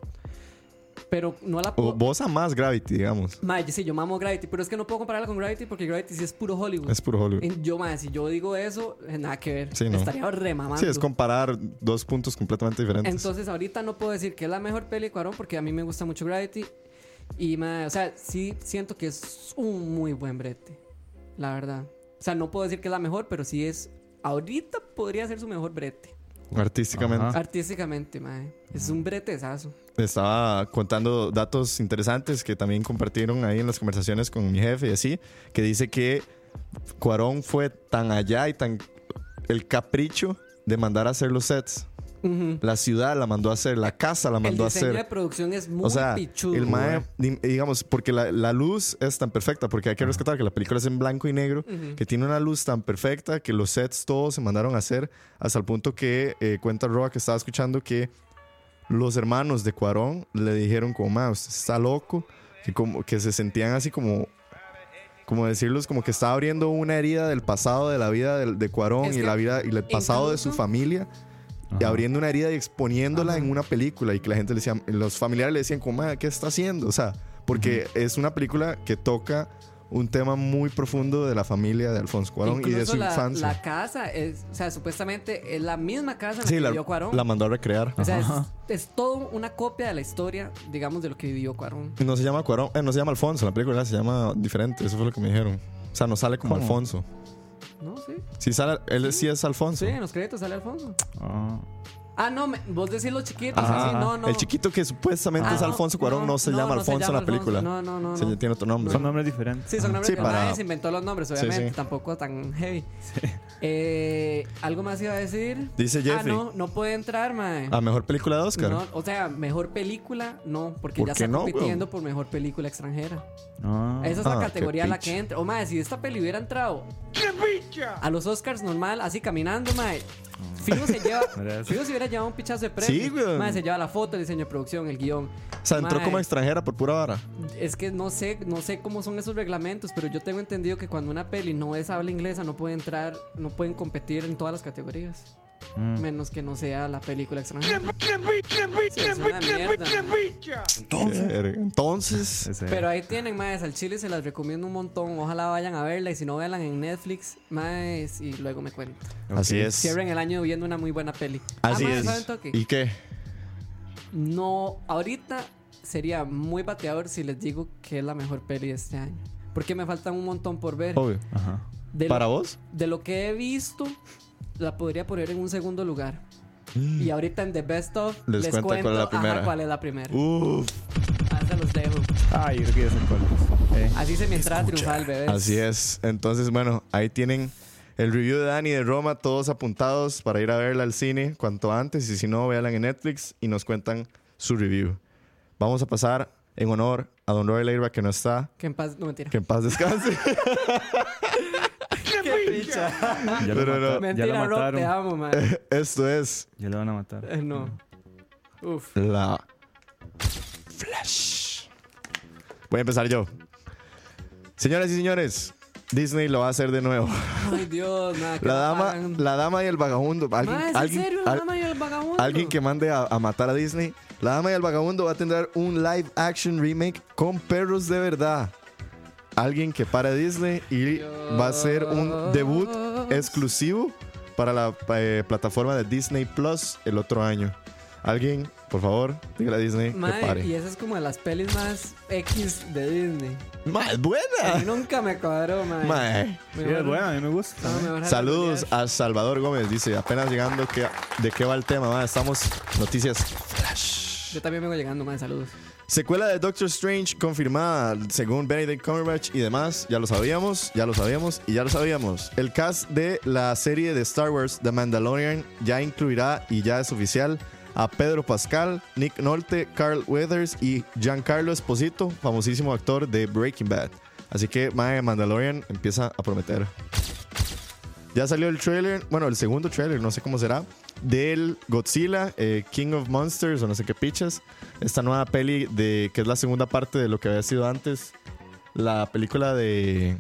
Pero no la
O
puedo.
vos amás Gravity, digamos.
Mae, yo sí, yo mamo Gravity, pero es que no puedo compararla con Gravity porque Gravity sí es puro Hollywood.
Es puro Hollywood.
En- Yo, mae, si yo digo eso, eh, nada que ver.
Sí, no.
Estaría remamando.
Sí, es comparar dos puntos completamente diferentes.
Entonces, ahorita no puedo decir que es la mejor peli de Cuarón porque a mí me gusta mucho Gravity. Y, mae, o sea, sí siento que es un muy buen brete. la verdad. O sea, no puedo decir que es la mejor, pero sí es. Ahorita podría ser su mejor brete.
Artísticamente.
Ajá. Ah.
Artísticamente, mae. Es un bretezazo.
Estaba contando datos interesantes que también compartieron ahí en las conversaciones con mi jefe y así, que dice que Cuarón fue tan allá y tan el capricho de mandar a hacer los sets.
Ujú.
La ciudad la mandó a hacer, la casa la
El
mandó a
diseño
hacer.
de producción es muy
O sea,
pichudo.
el mae,
mae.
di- digamos, porque la, la luz es tan perfecta, porque hay que rescatar que la película es en blanco y negro, que tiene una luz tan perfecta que los sets todos se mandaron a hacer, hasta el punto que eh, cuenta Roa que estaba escuchando que los hermanos de Cuarón le dijeron como, ma, usted está loco, que, como, que se sentían así como... Como decirlos, como que está abriendo una herida del pasado de la vida del- de, Cuarón
Es
y
que
la vida y el pasado de
incluso-
su familia y abriendo una herida y exponiéndola en una película y que la gente le decía, los familiares le decían, como, "Ma, ¿qué está haciendo? O sea, porque es una película que toca un tema muy profundo de la familia de Alfonso Cuarón y de
Incluso
su
la,
infancia.
la casa, es, o sea, supuestamente es la misma casa en la
sí,
que
la,
vivió Cuarón.
la mandó a recrear.
o sea, es, es todo una copia de la historia, digamos, de lo que vivió Cuarón.
No se llama Cuarón, eh, no se llama Alfonso, la película se llama diferente, eso fue lo que me dijeron. O sea, no sale como
¿Cómo?
Alfonso.
¿No? Sí.
Sí sale, él sí es Alfonso.
Sí, en los créditos sale Alfonso.
Ah.
Ah, no, me- vos decís los chiquitos.
Ajá.
así, no, no.
Ah, El chiquito que supuestamente
Ah,
es
no,
Alfonso Cuarón no, se llama
no se
Alfonso
llama
en la película.
Alfonso. No, no, no,
Se-
no.
Tiene otro nombre.
Son nombres diferentes.
Sí, son nombres
Sí,
que
para-
nadie se inventó los nombres, obviamente.
sí.
Tampoco tan heavy. Eh, ¿Algo más iba a decir?
Dice
Ah,
Jeffrey. Ah,
no, no puede entrar, mae.
A mejor película de Oscar.
No, o sea, mejor película, no, porque
¿Por
ya
qué
está
no,
compitiendo por mejor película extranjera.
Ah.
Esa es la
Ah,
categoría
qué
a la
picha.
que entra. O mae, si esta peli hubiera entrado a los Oscars normal, así caminando, mae. Fijo se lleva,
Gracias.
Fijo se hubiera llevado un pichazo de premio.
Sí, güey.
Mae, se lleva la foto, el diseño de producción, el guión.
O sea, entró
Mae,
como extranjera por pura vara.
Es que no sé, no sé cómo son esos reglamentos, pero yo tengo entendido que cuando una peli no es habla inglesa, no puede entrar, no pueden competir en todas las categorías.
Mm.
Menos que no sea la película extranjera. Sí, es una mierda.
Verga. Entonces,
Ese.
Pero ahí tienen, maes, al chile se las recomiendo un montón. Ojalá vayan a verla y si no, veanla en Netflix, maes, y luego me cuentan.
así es.
Cierren el año viendo una muy buena peli.
Así
Ah, maes,
es.
¿saben toque?
¿Y qué?
No, ahorita sería muy bateador si les digo que es la mejor peli de este año. Porque me faltan un montón por ver.
Obvio.
Ajá.
De lo-
Oh, ¿Para vos?
de lo que he visto, la podría poner en un segundo lugar. Y ahorita en The Best of
Mm. Les
les,
cuenta
cuento
cuál es la
ajá,
primera.
cuál es la primera.
Uf,
Ah, se los dejo.
Ay, yo creo que ya sé cuál es. Eh,
Así se me entrada triunfal, bebés.
así es. Entonces, bueno, ahí tienen el review de Dani de Roma, todos apuntados para ir a verla al cine cuanto antes. Y si no, véanla en Netflix y nos cuentan su review. Vamos a pasar en honor a Don Roy Leiva, que no está.
Que en paz, no mentira.
Que en paz descanse.
ya,
Pero no.
lo mata- ya
Ah, mentira,
lo
Rob, te
mataron.
amo, man.
Esto es
Ya lo van a matar.
Eh, no. Uf.
La Flash. Voy a empezar yo. Señoras y señores, Disney lo va a hacer de nuevo.
Ay, Dios, nada. que
La
no
dama,
pagan.
la dama y el vagabundo. Alguien,
Ma, ¿es
alguien,
en serio? La
al-
dama y el vagabundo.
alguien que mande a, a matar a Disney. La dama y el vagabundo va a tener un live action remake con perros de verdad. Alguien que para Disney y va a ser un debut
Dios.
exclusivo para la eh, plataforma de Disney Plus el otro año. Alguien, por favor, dígale a Disney
Ma,
que pare.
y esa es como de las pelis más X de Disney.
Ma, es
A
Ah.
mí
buena.
nunca me cuadró, man.
Mae.
Sí, es buena, a mí me gusta.
Ah,
Saludos a Salvador Gómez, dice, apenas llegando, ¿qué- ¿de qué va el tema? mae? Estamos noticias.
Yo también vengo llegando, man. Saludos.
Secuela de Doctor Strange confirmada, según Benedict Cumberbatch y demás, ya lo sabíamos, ya lo sabíamos y ya lo sabíamos. El cast de la serie de Star Wars The Mandalorian ya incluirá y ya es oficial a Pedro Pascal, Nick Nolte, Carl Weathers y Giancarlo Esposito, famosísimo actor de Breaking Bad. Así que mae, Mandalorian empieza a prometer. Ya salió el trailer, bueno, el segundo trailer, no sé cómo será, del Godzilla, eh, King of Monsters o no sé qué pichas. Esta nueva peli de que es la segunda parte de lo que había sido antes, la película de,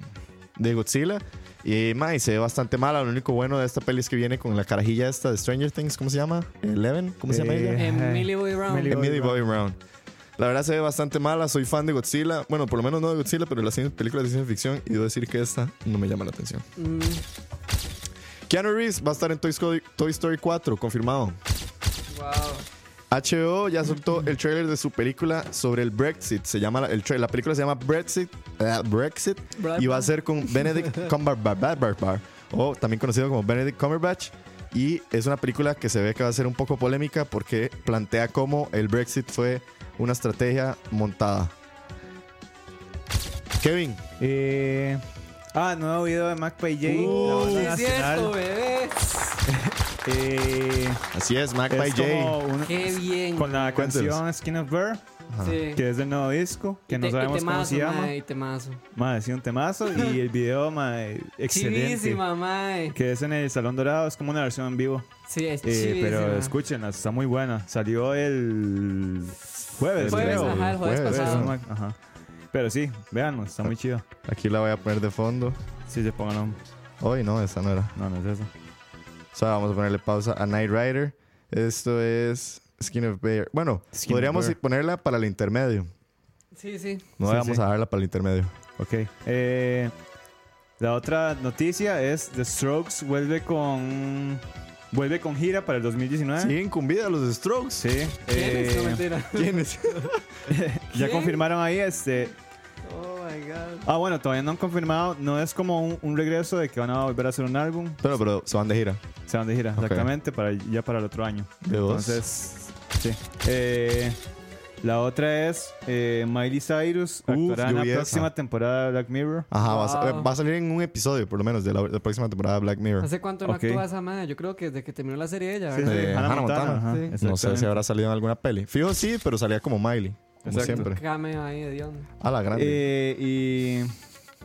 de Godzilla. Y mae, se ve bastante mala. Lo único bueno de esta peli es que viene con la carajilla esta de Stranger Things, ¿cómo se llama? Eleven, ¿cómo se llama
Eh,
ella?
Emily Boy Brown.
Millie
Millie
Bobby
Bobby Brown. La verdad se ve bastante mala, soy fan de Godzilla. Bueno, por lo menos no de Godzilla, pero las cien- películas de ciencia ficción. Y debo decir que esta no me llama la atención.
Mm,
Keanu Reeves va a estar en Toy Story, Toy Story 4, confirmado.
wow.
HBO ya soltó el trailer de su película sobre el Brexit. Se llama la- el tra- la película se llama Brexit, eh, Brexit y va a ser con Benedict Cumberbatch, o también conocido como Benedict Cumberbatch. Y es una película que se ve que va a ser un poco polémica porque plantea cómo el Brexit fue una estrategia montada. Kevin,
Eh, ah, nuevo video de Mac J. la
Sí,
banda
es cierto,
nacional.
bebé.
Eh,
así es, Mac by
es como
J.
un-
Qué bien.
con la
Cuéntanos.
canción Skin of Bird,
Sí.
Ah, que es del nuevo disco, que
Y
no
te- y
sabemos cómo
temazo,
se llama.
mae, y temazo.
Madre, sí, un temazo. Y el video, madre, excelente.
Chivísima, mae.
Que es en el Salón Dorado, es como una versión en vivo.
Sí, es
Eh,
chivísima.
pero escúchenla, está muy buena. Salió el jueves,
Jueves,
creo.
Pues, ajá, el jueves
Jueves,
Jueves,
pasado.
ajá. Ajá. Pero sí, véanlo, está muy chido.
Aquí la voy a poner de fondo.
Sí, se pongan.
Hoy no, esa no era.
No, no es eso.
O sea, vamos a ponerle pausa a Night Rider. Esto es Skin of Bear. Bueno,
Skin of
podríamos
Bear.
ponerla para el intermedio.
Sí, sí.
No
Sí,
vamos
sí.
a darla para el intermedio.
Ok. Eh, la otra noticia es The Strokes vuelve con. Vuelve con gira para el 2019.
Siguen con vida los Strokes.
Sí.
¿Quién es? No,
eh,
mentira.
¿Quiénes?
ya
¿Quién?
confirmaron ahí este.
Oh my god.
Ah, bueno, todavía no han confirmado. No es como un, un regreso de que van a volver a hacer un álbum.
pero, pero se van de gira.
Se van de gira,
Ok.
exactamente, para, ya para el otro año.
De dos.
Entonces, sí. Eh, la otra es eh, Miley Cyrus
Uf,
actuará
yo
en la
vi esa. Ah,
próxima temporada de Black Mirror.
Ajá, va, a, sa-
Wow.
va a salir en un episodio, por lo menos, de la, la próxima temporada de Black Mirror.
¿Hace cuánto no
Ok.
actúa esa madre? Yo creo que desde que terminó la serie ella,
Sí,
¿verdad?
sí,
Eh,
Hannah
Hannah Montana,
Montana,
sí.
ajá,
No sé si
exactamente.
habrá salido en alguna peli. Fijo sí, pero salía como Miley. Como
Exacto.
siempre.
Cameo ahí de Dion.
A la grande.
Eh, y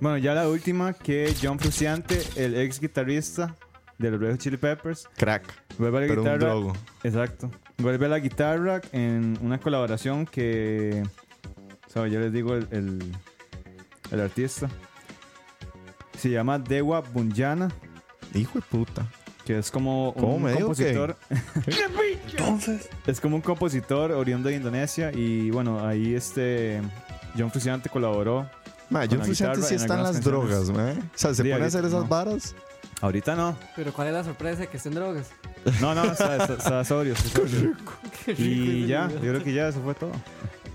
bueno, ya la última, que John Fruciante, el ex guitarrista de los Red Hot Chili Peppers,
Crack.
vuelve a la
Pero un
guitarra.
drogo.
Exacto. Vuelve a la guitarra en una colaboración que. O sea, yo les digo el, el, el artista. Se llama Dewa Bunyana,
Hijo de puta.
que es como un
¿Cómo me digo
compositor. es como un compositor oriundo de Indonesia. Y bueno, ahí este. John Fruciante colaboró.
Ma,
Con
yo
la
Frusciante
guitarra
sí
en
están las
algunas
drogas, man. O sea, se
Sí,
pone a
ahorita
hacer esas
no.
varas.
Ahorita no.
Pero ¿cuál es la sorpresa? Que estén drogas.
No, no, está, está, está sobrio. está sobrio. Y ya, yo creo que ya eso fue todo.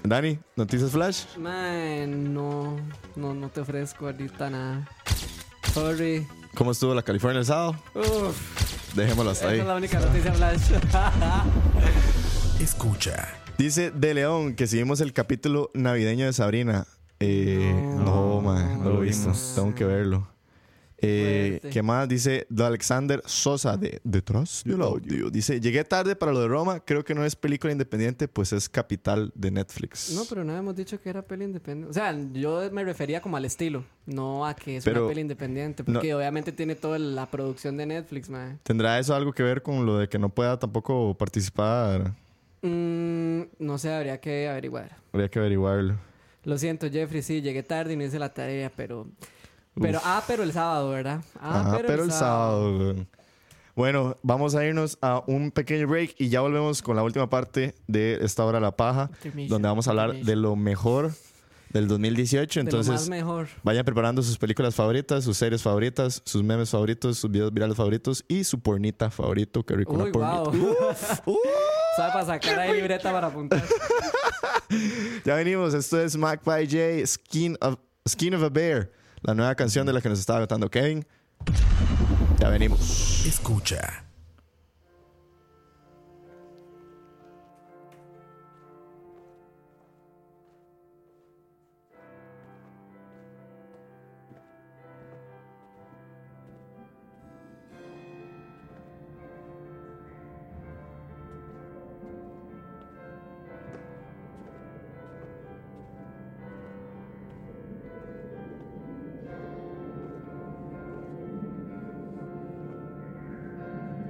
Dani, noticias flash.
Mae, no, no, no te ofrezco ahorita nada. Sorry.
¿Cómo estuvo la California el sábado?
Uf,
Dejémoslo hasta
esa
ahí.
es la única noticia flash.
Escucha.
Dice De León que si vimos el capítulo navideño de Sabrina. Eh, no,
No.
man, no
No
lo
lo
vimos.
vimos.
Tengo que verlo. Eh,
Fuerte.
¿Qué más? Dice de Alexander Sosa de Detrás del Audio. Dice: Llegué tarde para lo de Roma. Creo que no es película independiente, pues es capital de Netflix.
No, pero no hemos dicho que era peli independiente. O sea, yo me refería como al estilo, no a que es
Pero-
una peli independiente,
no.
porque obviamente tiene toda la producción de Netflix, mae.
¿Tendrá eso algo que ver con lo de que no pueda tampoco participar?
Mm, no sé, habría que averiguar.
Habría que averiguarlo.
Lo siento, Jeffrey, sí, llegué tarde y no hice la tarea, pero... Pero, ah, pero el sábado, ¿verdad? Ah,
Ajá, pero, el sábado. weón. Bueno, vamos a irnos a un pequeño break y ya volvemos con la última parte de esta hora la paja,
Intermission,
donde vamos a hablar de
intermission.
lo mejor del 2018.
De lo más
Entonces,
mejor.
vayan preparando sus películas favoritas, sus series favoritas, sus memes favoritos, sus videos virales favoritos y su pornita favorito. Qué rico, una
Uy,
pornita.
wow. Sabe para sacar ahí libreta para apuntar.
Ya venimos, esto es Mac by J, Skin of, Skin of a Bear, la nueva canción de la que nos estaba cantando Kevin. Ya venimos.
Escucha.
Thank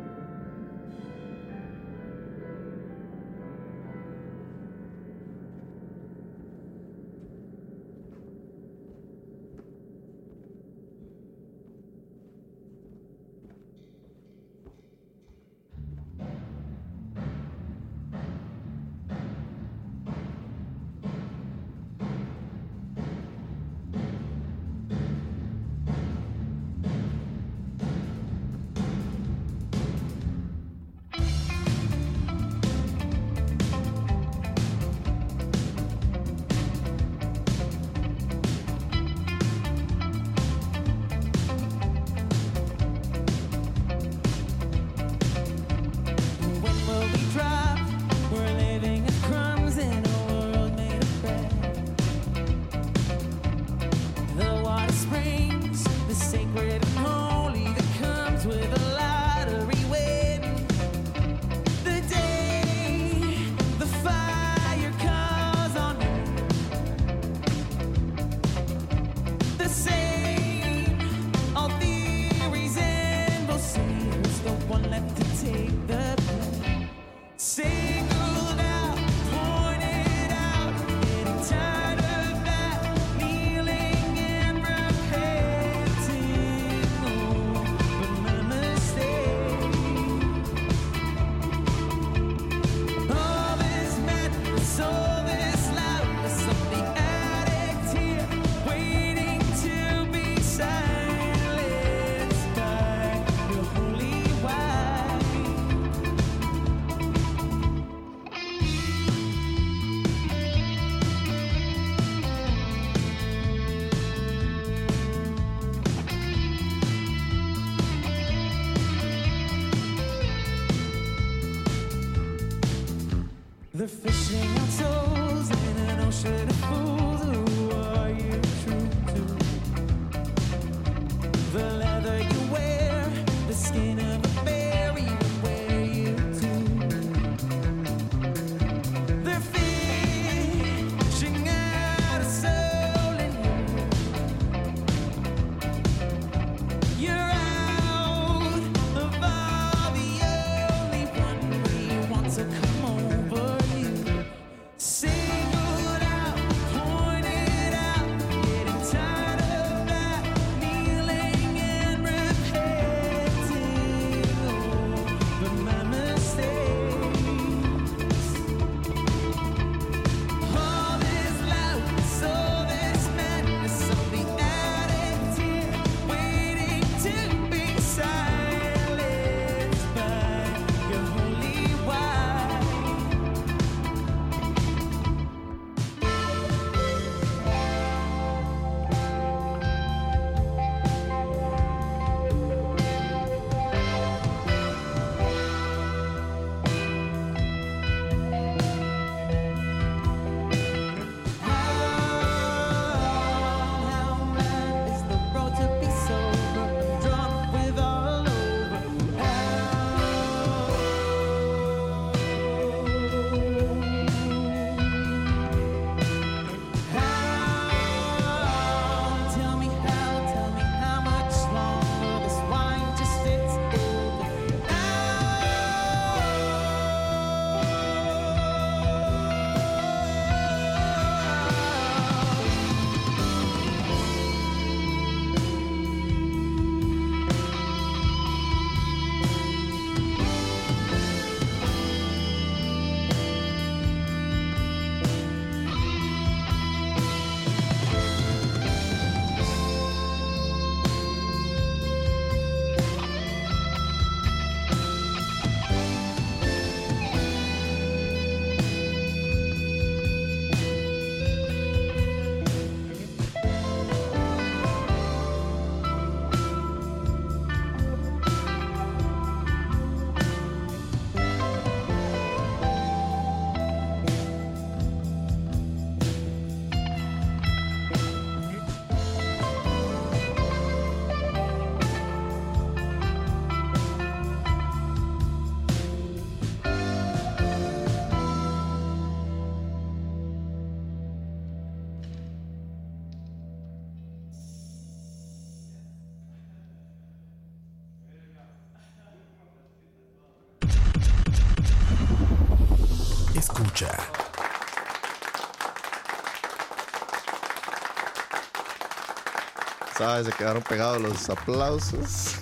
¿Sabes? Se quedaron pegados los aplausos.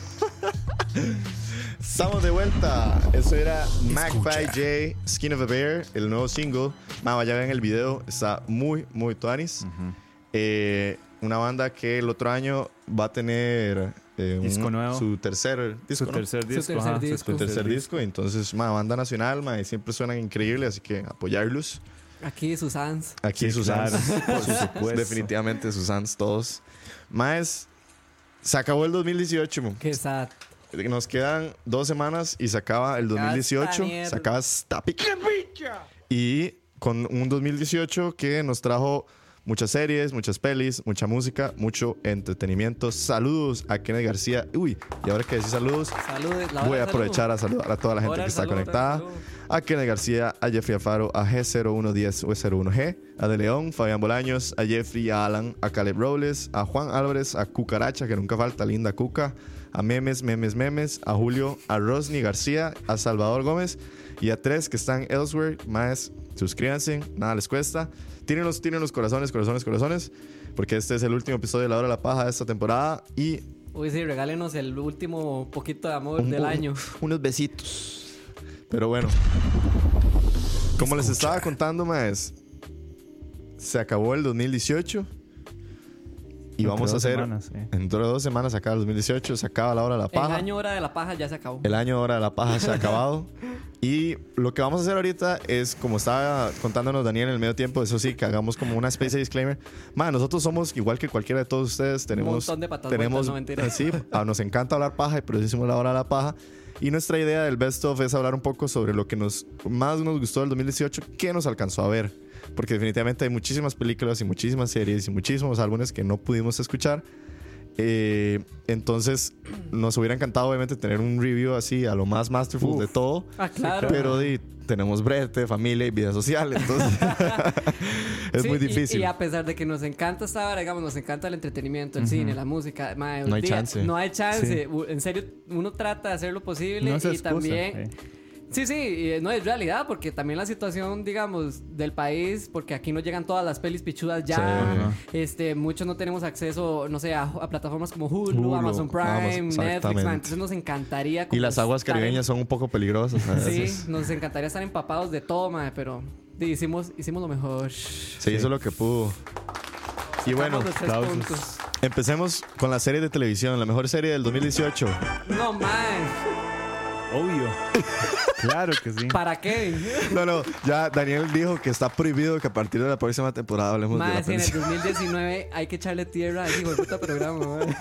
Estamos de vuelta. Eso era Mac by J, Skin of a Bear, el nuevo single. Más ya ven el video, está muy, muy tuanis. Eh, una banda que el otro año va a tener eh,
Disco nuevo.
su tercer disco.
Su
¿no?
tercer disco.
tercer
ajá,
disco.
Su tercer disco. Entonces, ma, banda nacional, ma, y siempre suenan increíbles, así que apoyarlos.
Aquí sus fans.
Aquí
Sí,
Susans.
claro, por supuesto.
Definitivamente Susans todos. Más, se acabó el 2018. mo.
Qué sad.
Nos quedan dos semanas y se acaba el
Hasta
2018.
mierda.
Se acaba esta pica. Y con un 2018 que nos trajo muchas series, muchas pelis, mucha música, mucho entretenimiento. Saludos a Kenneth García. Uy, y ahora que decís saludos,
Saludes. la hora
voy a
del saludo.
aprovechar a saludar a toda la gente
Hora
que
del
está
saludo, hora del
conectada.
saludo.
A Kenneth García, a Jeffrey Alfaro, a G0110 o 01G, a De León, Fabián Bolaños, a Jeffrey, a Alan, a Caleb Robles, a Juan Álvarez, a Cucaracha, que nunca falta, linda Cuca, a Memes, Memes, Memes, a Julio, a Rosny García, a Salvador Gómez y a tres que están elsewhere. Más, suscríbanse, nada les cuesta. Tienen los, tienen los corazones, corazones, corazones, porque este es el último episodio de La Hora de la Paja de esta temporada y
Uy, sí, regálenos el último poquito de amor
un-
del
un-
año.
Unos besitos. Pero bueno. Como les estaba contando, maes, se acabó el 2018 y
Entre
vamos a
dos
hacer.
semanas, eh.
Dentro de dos semanas se acaba el 2018, se acaba la hora de la
El
paja.
año hora de la paja ya se acabó.
El año ahora de la paja se ha acabado. Y lo que vamos a hacer ahorita es, como estaba contándonos Daniel en el medio tiempo, eso sí, que hagamos como una especie de disclaimer. Man, nosotros somos igual que cualquiera de todos ustedes. Tenemos.
montón de patas
tenemos,
vueltas, no, mentira.
Sí, a- nos encanta hablar paja y por eso hicimos la hora de la paja. Y nuestra idea del best of es hablar un poco sobre lo que nos más nos gustó del 2018, qué nos alcanzó a ver. Porque definitivamente hay muchísimas películas y muchísimas series y muchísimos álbumes que no pudimos escuchar. Eh, entonces, nos hubiera encantado, obviamente, tener un review así a lo más masterful de todo.
Ah, claro.
Pero di, tenemos brete, familia y vida social. Entonces, es
Sí,
muy
y-
difícil.
Y, a pesar de que nos encanta esta hora, digamos, nos encanta el entretenimiento, el cine, la música. mae, un
No hay
día-
chance.
No hay chance.
Sí.
U- En serio, uno trata de hacer lo posible
No se
y
excusa,
también.
eh.
Sí, sí, y, eh, no es realidad, porque también la situación, digamos, del país, porque aquí no llegan todas las pelis pichudas ya.
Sí, ajá.
este, muchos no tenemos acceso, no sé, a, a plataformas como Hulu,
Hulu,
Amazon Prime,
Amazon-
Netflix,
exactamente.
mae, entonces nos encantaría.
Y
como
las aguas
estar-
caribeñas son un poco peligrosas. a
Sí,
veces.
nos encantaría estar empapados de todo, mae, pero di, hicimos, hicimos lo mejor.
Se hizo lo que pudo. Y bueno,
Sacamos los tres
aplausos.
puntos.
empecemos con la serie de televisión, la mejor serie del 2018.
No, mae.
Obvio. claro que sí.
¿Para qué?
No, no, ya Daniel dijo que está prohibido que a partir de la próxima temporada hablemos de
Mae,
la
si en el
televisión.
2019 hay que echarle tierra a ese hijo de puta programa, mae.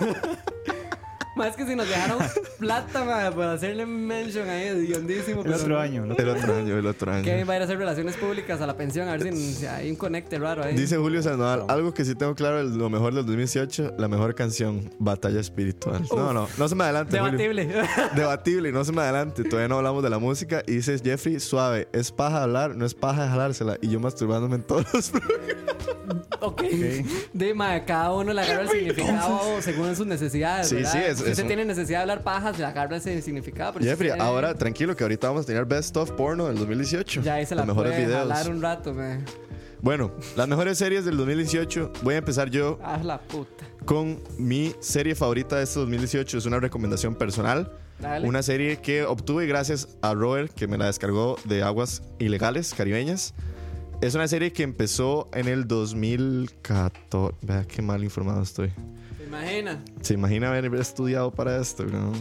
Más que si nos dejaron plata, mae, para hacerle mention ahí, hediondísimo.
El
pero
otro
no.
año. el otro-
El otro año, el otro año.
Kevin va a ir a hacer relaciones públicas a la pensión, a ver si, si hay un conecte raro ahí.
Dice Julio Sandoval, algo que sí tengo claro, el- lo mejor del 2018, la mejor canción, Batalla Espiritual. No, no, no se me adelante. Julio.
Debatible.
Debatible, no se me adelante. Todavía no hablamos de la música. Y dices, Jeffrey, suave, es paja hablar, no es paja jalársela. Y yo masturbándome en todos los
ok. De mae, cada uno le agarra el significado según sus necesidades.
Sí,
¿verdad?
sí, es-
si
es
usted
un-
tiene necesidad de hablar pajas, le agarra ese significado. pero si
Jeffrey,
usted-
ahora tranquilo que ahorita vamos a tener Best of Porno del 2018.
Ya ahí se la
los mejores
puede
videos.
jalar un rato, mae.
Bueno, las mejores series del 2018. Voy a empezar yo
Ah, la puta.
con mi serie favorita de este 2018. Es una recomendación personal.
Dale.
Una serie que obtuve gracias a Robert, que me la descargó de aguas ilegales caribeñas. Es una serie que empezó en el 2014. Vea qué mal informado estoy.
¿Te imaginas?
¿Se imagina haber estudiado para esto? No.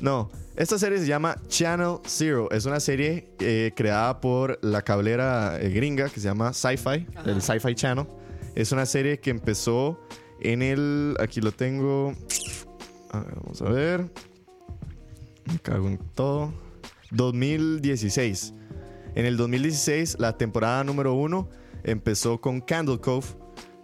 No, esta serie se llama Channel Zero. Es una serie eh, creada por la cablera eh, gringa que se llama Sci-Fi, el Sci-Fi Channel. Es una serie que empezó en el. Aquí lo tengo. A ver, vamos a ver. Me cago en todo. 2016. En el 2016, la temporada número uno empezó con Candle Cove,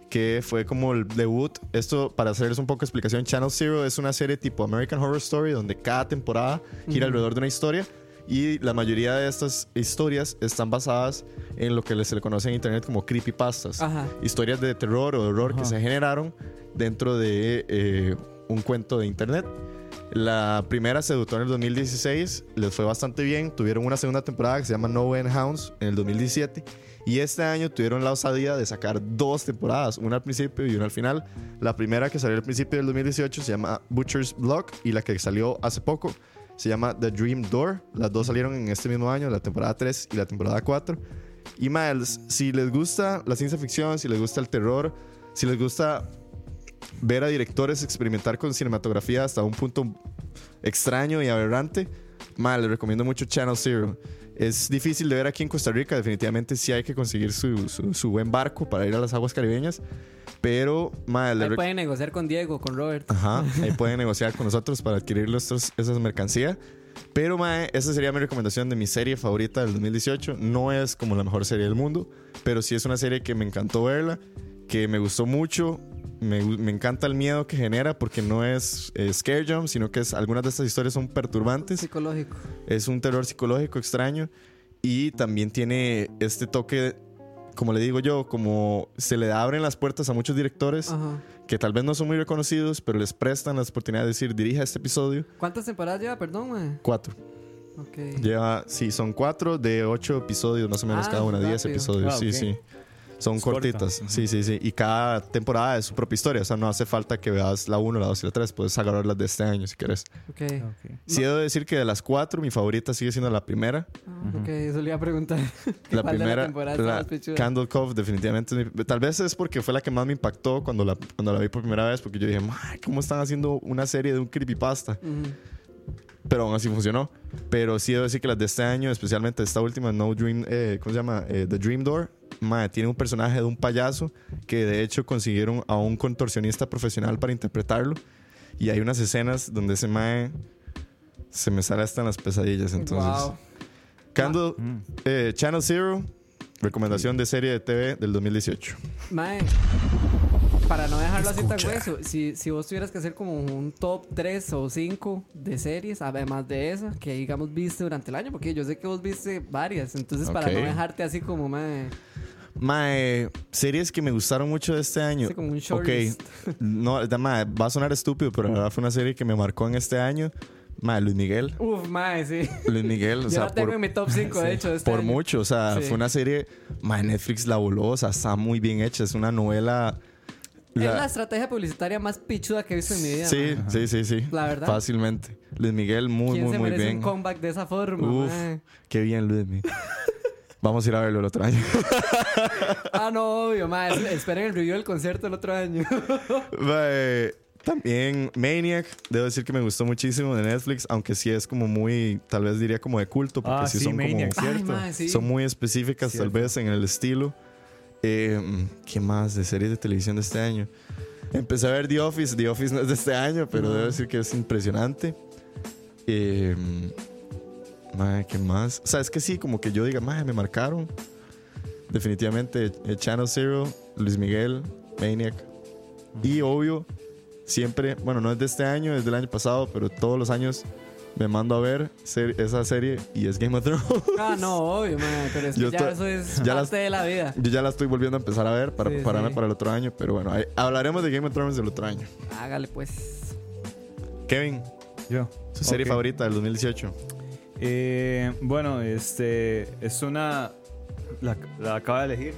que fue como el debut. Esto, para hacerles un poco de explicación, Channel Zero es una serie tipo American Horror Story, donde cada temporada gira alrededor de una historia. Y la mayoría de estas historias están basadas en lo que se le conoce en internet como creepypastas.
Ajá.
Historias de terror o de horror que se generaron dentro de eh, un cuento de internet. La primera se debutó en el 2016, les fue bastante bien. Tuvieron una segunda temporada que se llama No End Hounds en el 2017. Y este año tuvieron la osadía de sacar dos temporadas, una al principio y una al final. La primera que salió al principio del 2018 se llama Butcher's Block y la que salió hace poco se llama The Dream Door. Las dos salieron en este mismo año, la temporada 3 y la temporada 4. Y Miles, si les gusta la ciencia ficción, si les gusta el terror, si les gusta ver a directores experimentar con cinematografía hasta un punto extraño y aberrante, mal, les recomiendo mucho Channel Zero. Es difícil de ver aquí en Costa Rica, definitivamente sí hay que conseguir su, su- su buen barco para ir a las aguas caribeñas, pero mal, les
Ahí
rec-
pueden negociar con Diego, con Robert.
Ajá, ahí pueden negociar con nosotros para adquirir nuestros, esas mercancías. Pero, mae, esa sería mi recomendación de mi serie favorita del 2018. No es como la mejor serie del mundo, pero sí es una serie que me encantó verla, que me gustó mucho. Me, gu- me encanta el miedo que genera porque no es eh, scare jump, sino que es, algunas de estas historias son perturbantes.
Psicológico.
Es un terror psicológico extraño y también tiene este toque, como le digo yo, como se le abren las puertas a muchos directores
Ajá.
que tal vez no son muy reconocidos, pero les prestan la oportunidad de decir, dirija este episodio.
¿Cuántas temporadas lleva? Perdón, mae.
Cuatro.
Ok.
Lleva, sí, son cuatro de ocho episodios, más o menos
Ah,
cada una, diez
rápido.
episodios.
Ah,
Sí,
ok.
sí. Son
Es corta.
cortitas. Sí, sí, sí. Y cada temporada es su propia historia. O sea, no hace falta que veas la uno, la dos y la tres. Puedes agarrar las de este año si quieres.
Ok.
Sí, debo decir que de las cuatro, mi favorita sigue siendo la primera.
Ah, Ok, eso le iba a preguntar.
La
¿Cuál de
primera, pues,
temporada está
la
más pichuda?
Candle Cove, definitivamente. es mi- Tal vez es porque fue la que más me impactó cuando la, cuando la vi por primera vez, porque yo dije, "Ma, ¿cómo están haciendo una serie de un creepypasta?
Ujú.
pero aún así funcionó. Pero sí debo decir que las de este año, especialmente esta última, No Dream, eh, ¿cómo se llama? Eh, The Dream Door, mae, tiene un personaje de un payaso que de hecho consiguieron a un contorsionista profesional para interpretarlo. Y hay unas escenas donde ese mae se me sale hasta en las pesadillas. Entonces,
Wow.
Candle,
Ah,
Mm.
eh, Channel Zero, recomendación de serie de TV del 2018.
Mae, para no dejarlo así tan grueso, si, si vos tuvieras que hacer como un top 3 o 5 de series, además de esa, que digamos viste durante el año, porque yo sé que vos viste varias, entonces para
Ok.
no dejarte así como, mae,
Mae, series que me gustaron mucho de este año.
Hace como un short
Ok,
list.
no, da- mae, va a sonar estúpido, pero la verdad fue una serie que me marcó en este año. Mae, Luis Miguel.
uff, mae, sí.
Luis Miguel,
Yo
o sea,
la tengo
por,
en mi top 5, de hecho. de este
por
año.
mucho. O sea,
Sí.
fue una serie. Mae, Netflix la voló, o sea, está muy bien hecha. Es una novela.
Es
la-
la estrategia publicitaria más pichuda que he visto en mi vida.
sí,
mae.
sí, sí, sí.
La verdad.
Fácilmente. Luis Miguel, muy,
¿Quién
muy,
se
muy
merece
bien.
un comeback de esa forma?
Uf,
mae?
qué bien, Luis Miguel. Vamos a ir a verlo el otro año.
Ah, no, obvio, mae. es- Esperen el review del concierto el otro año.
Mae, También Maniac, debo decir que me gustó muchísimo de Netflix, aunque sí es como muy, tal vez diría como de culto, porque
Ah,
sí,
sí,
son como-
Maniac,
Ay,
cierto.
mae, sí.
son muy específicas tal
Cierto.
vez en el estilo. Eh, ¿Qué más de series de televisión de este año? Empecé a ver The Office, The Office no es de este año, pero
Ah.
debo decir que es impresionante. Eh, mae, ¿Qué más? O sea, es que sí, como que yo diga, "Mae, me marcaron. Definitivamente eh, Channel Zero, Luis Miguel, Maniac. Y obvio, siempre, bueno, no es de este año, es del año pasado, pero todos los años me mando a ver ser- esa serie y es Game of Thrones.
Ah, no, obvio, mae, pero es que
Yo
ya
to-
eso es
ya las-
parte de la vida.
Yo ya la estoy volviendo a empezar a ver para
Sí,
prepararme
sí.
para el otro año, pero bueno, ahí- hablaremos de Game of Thrones del otro año.
Hágale pues.
Kevin,
Yo.
su serie
Ok.
favorita del 2018.
Eh, bueno, este es una. La, la acabo de elegir.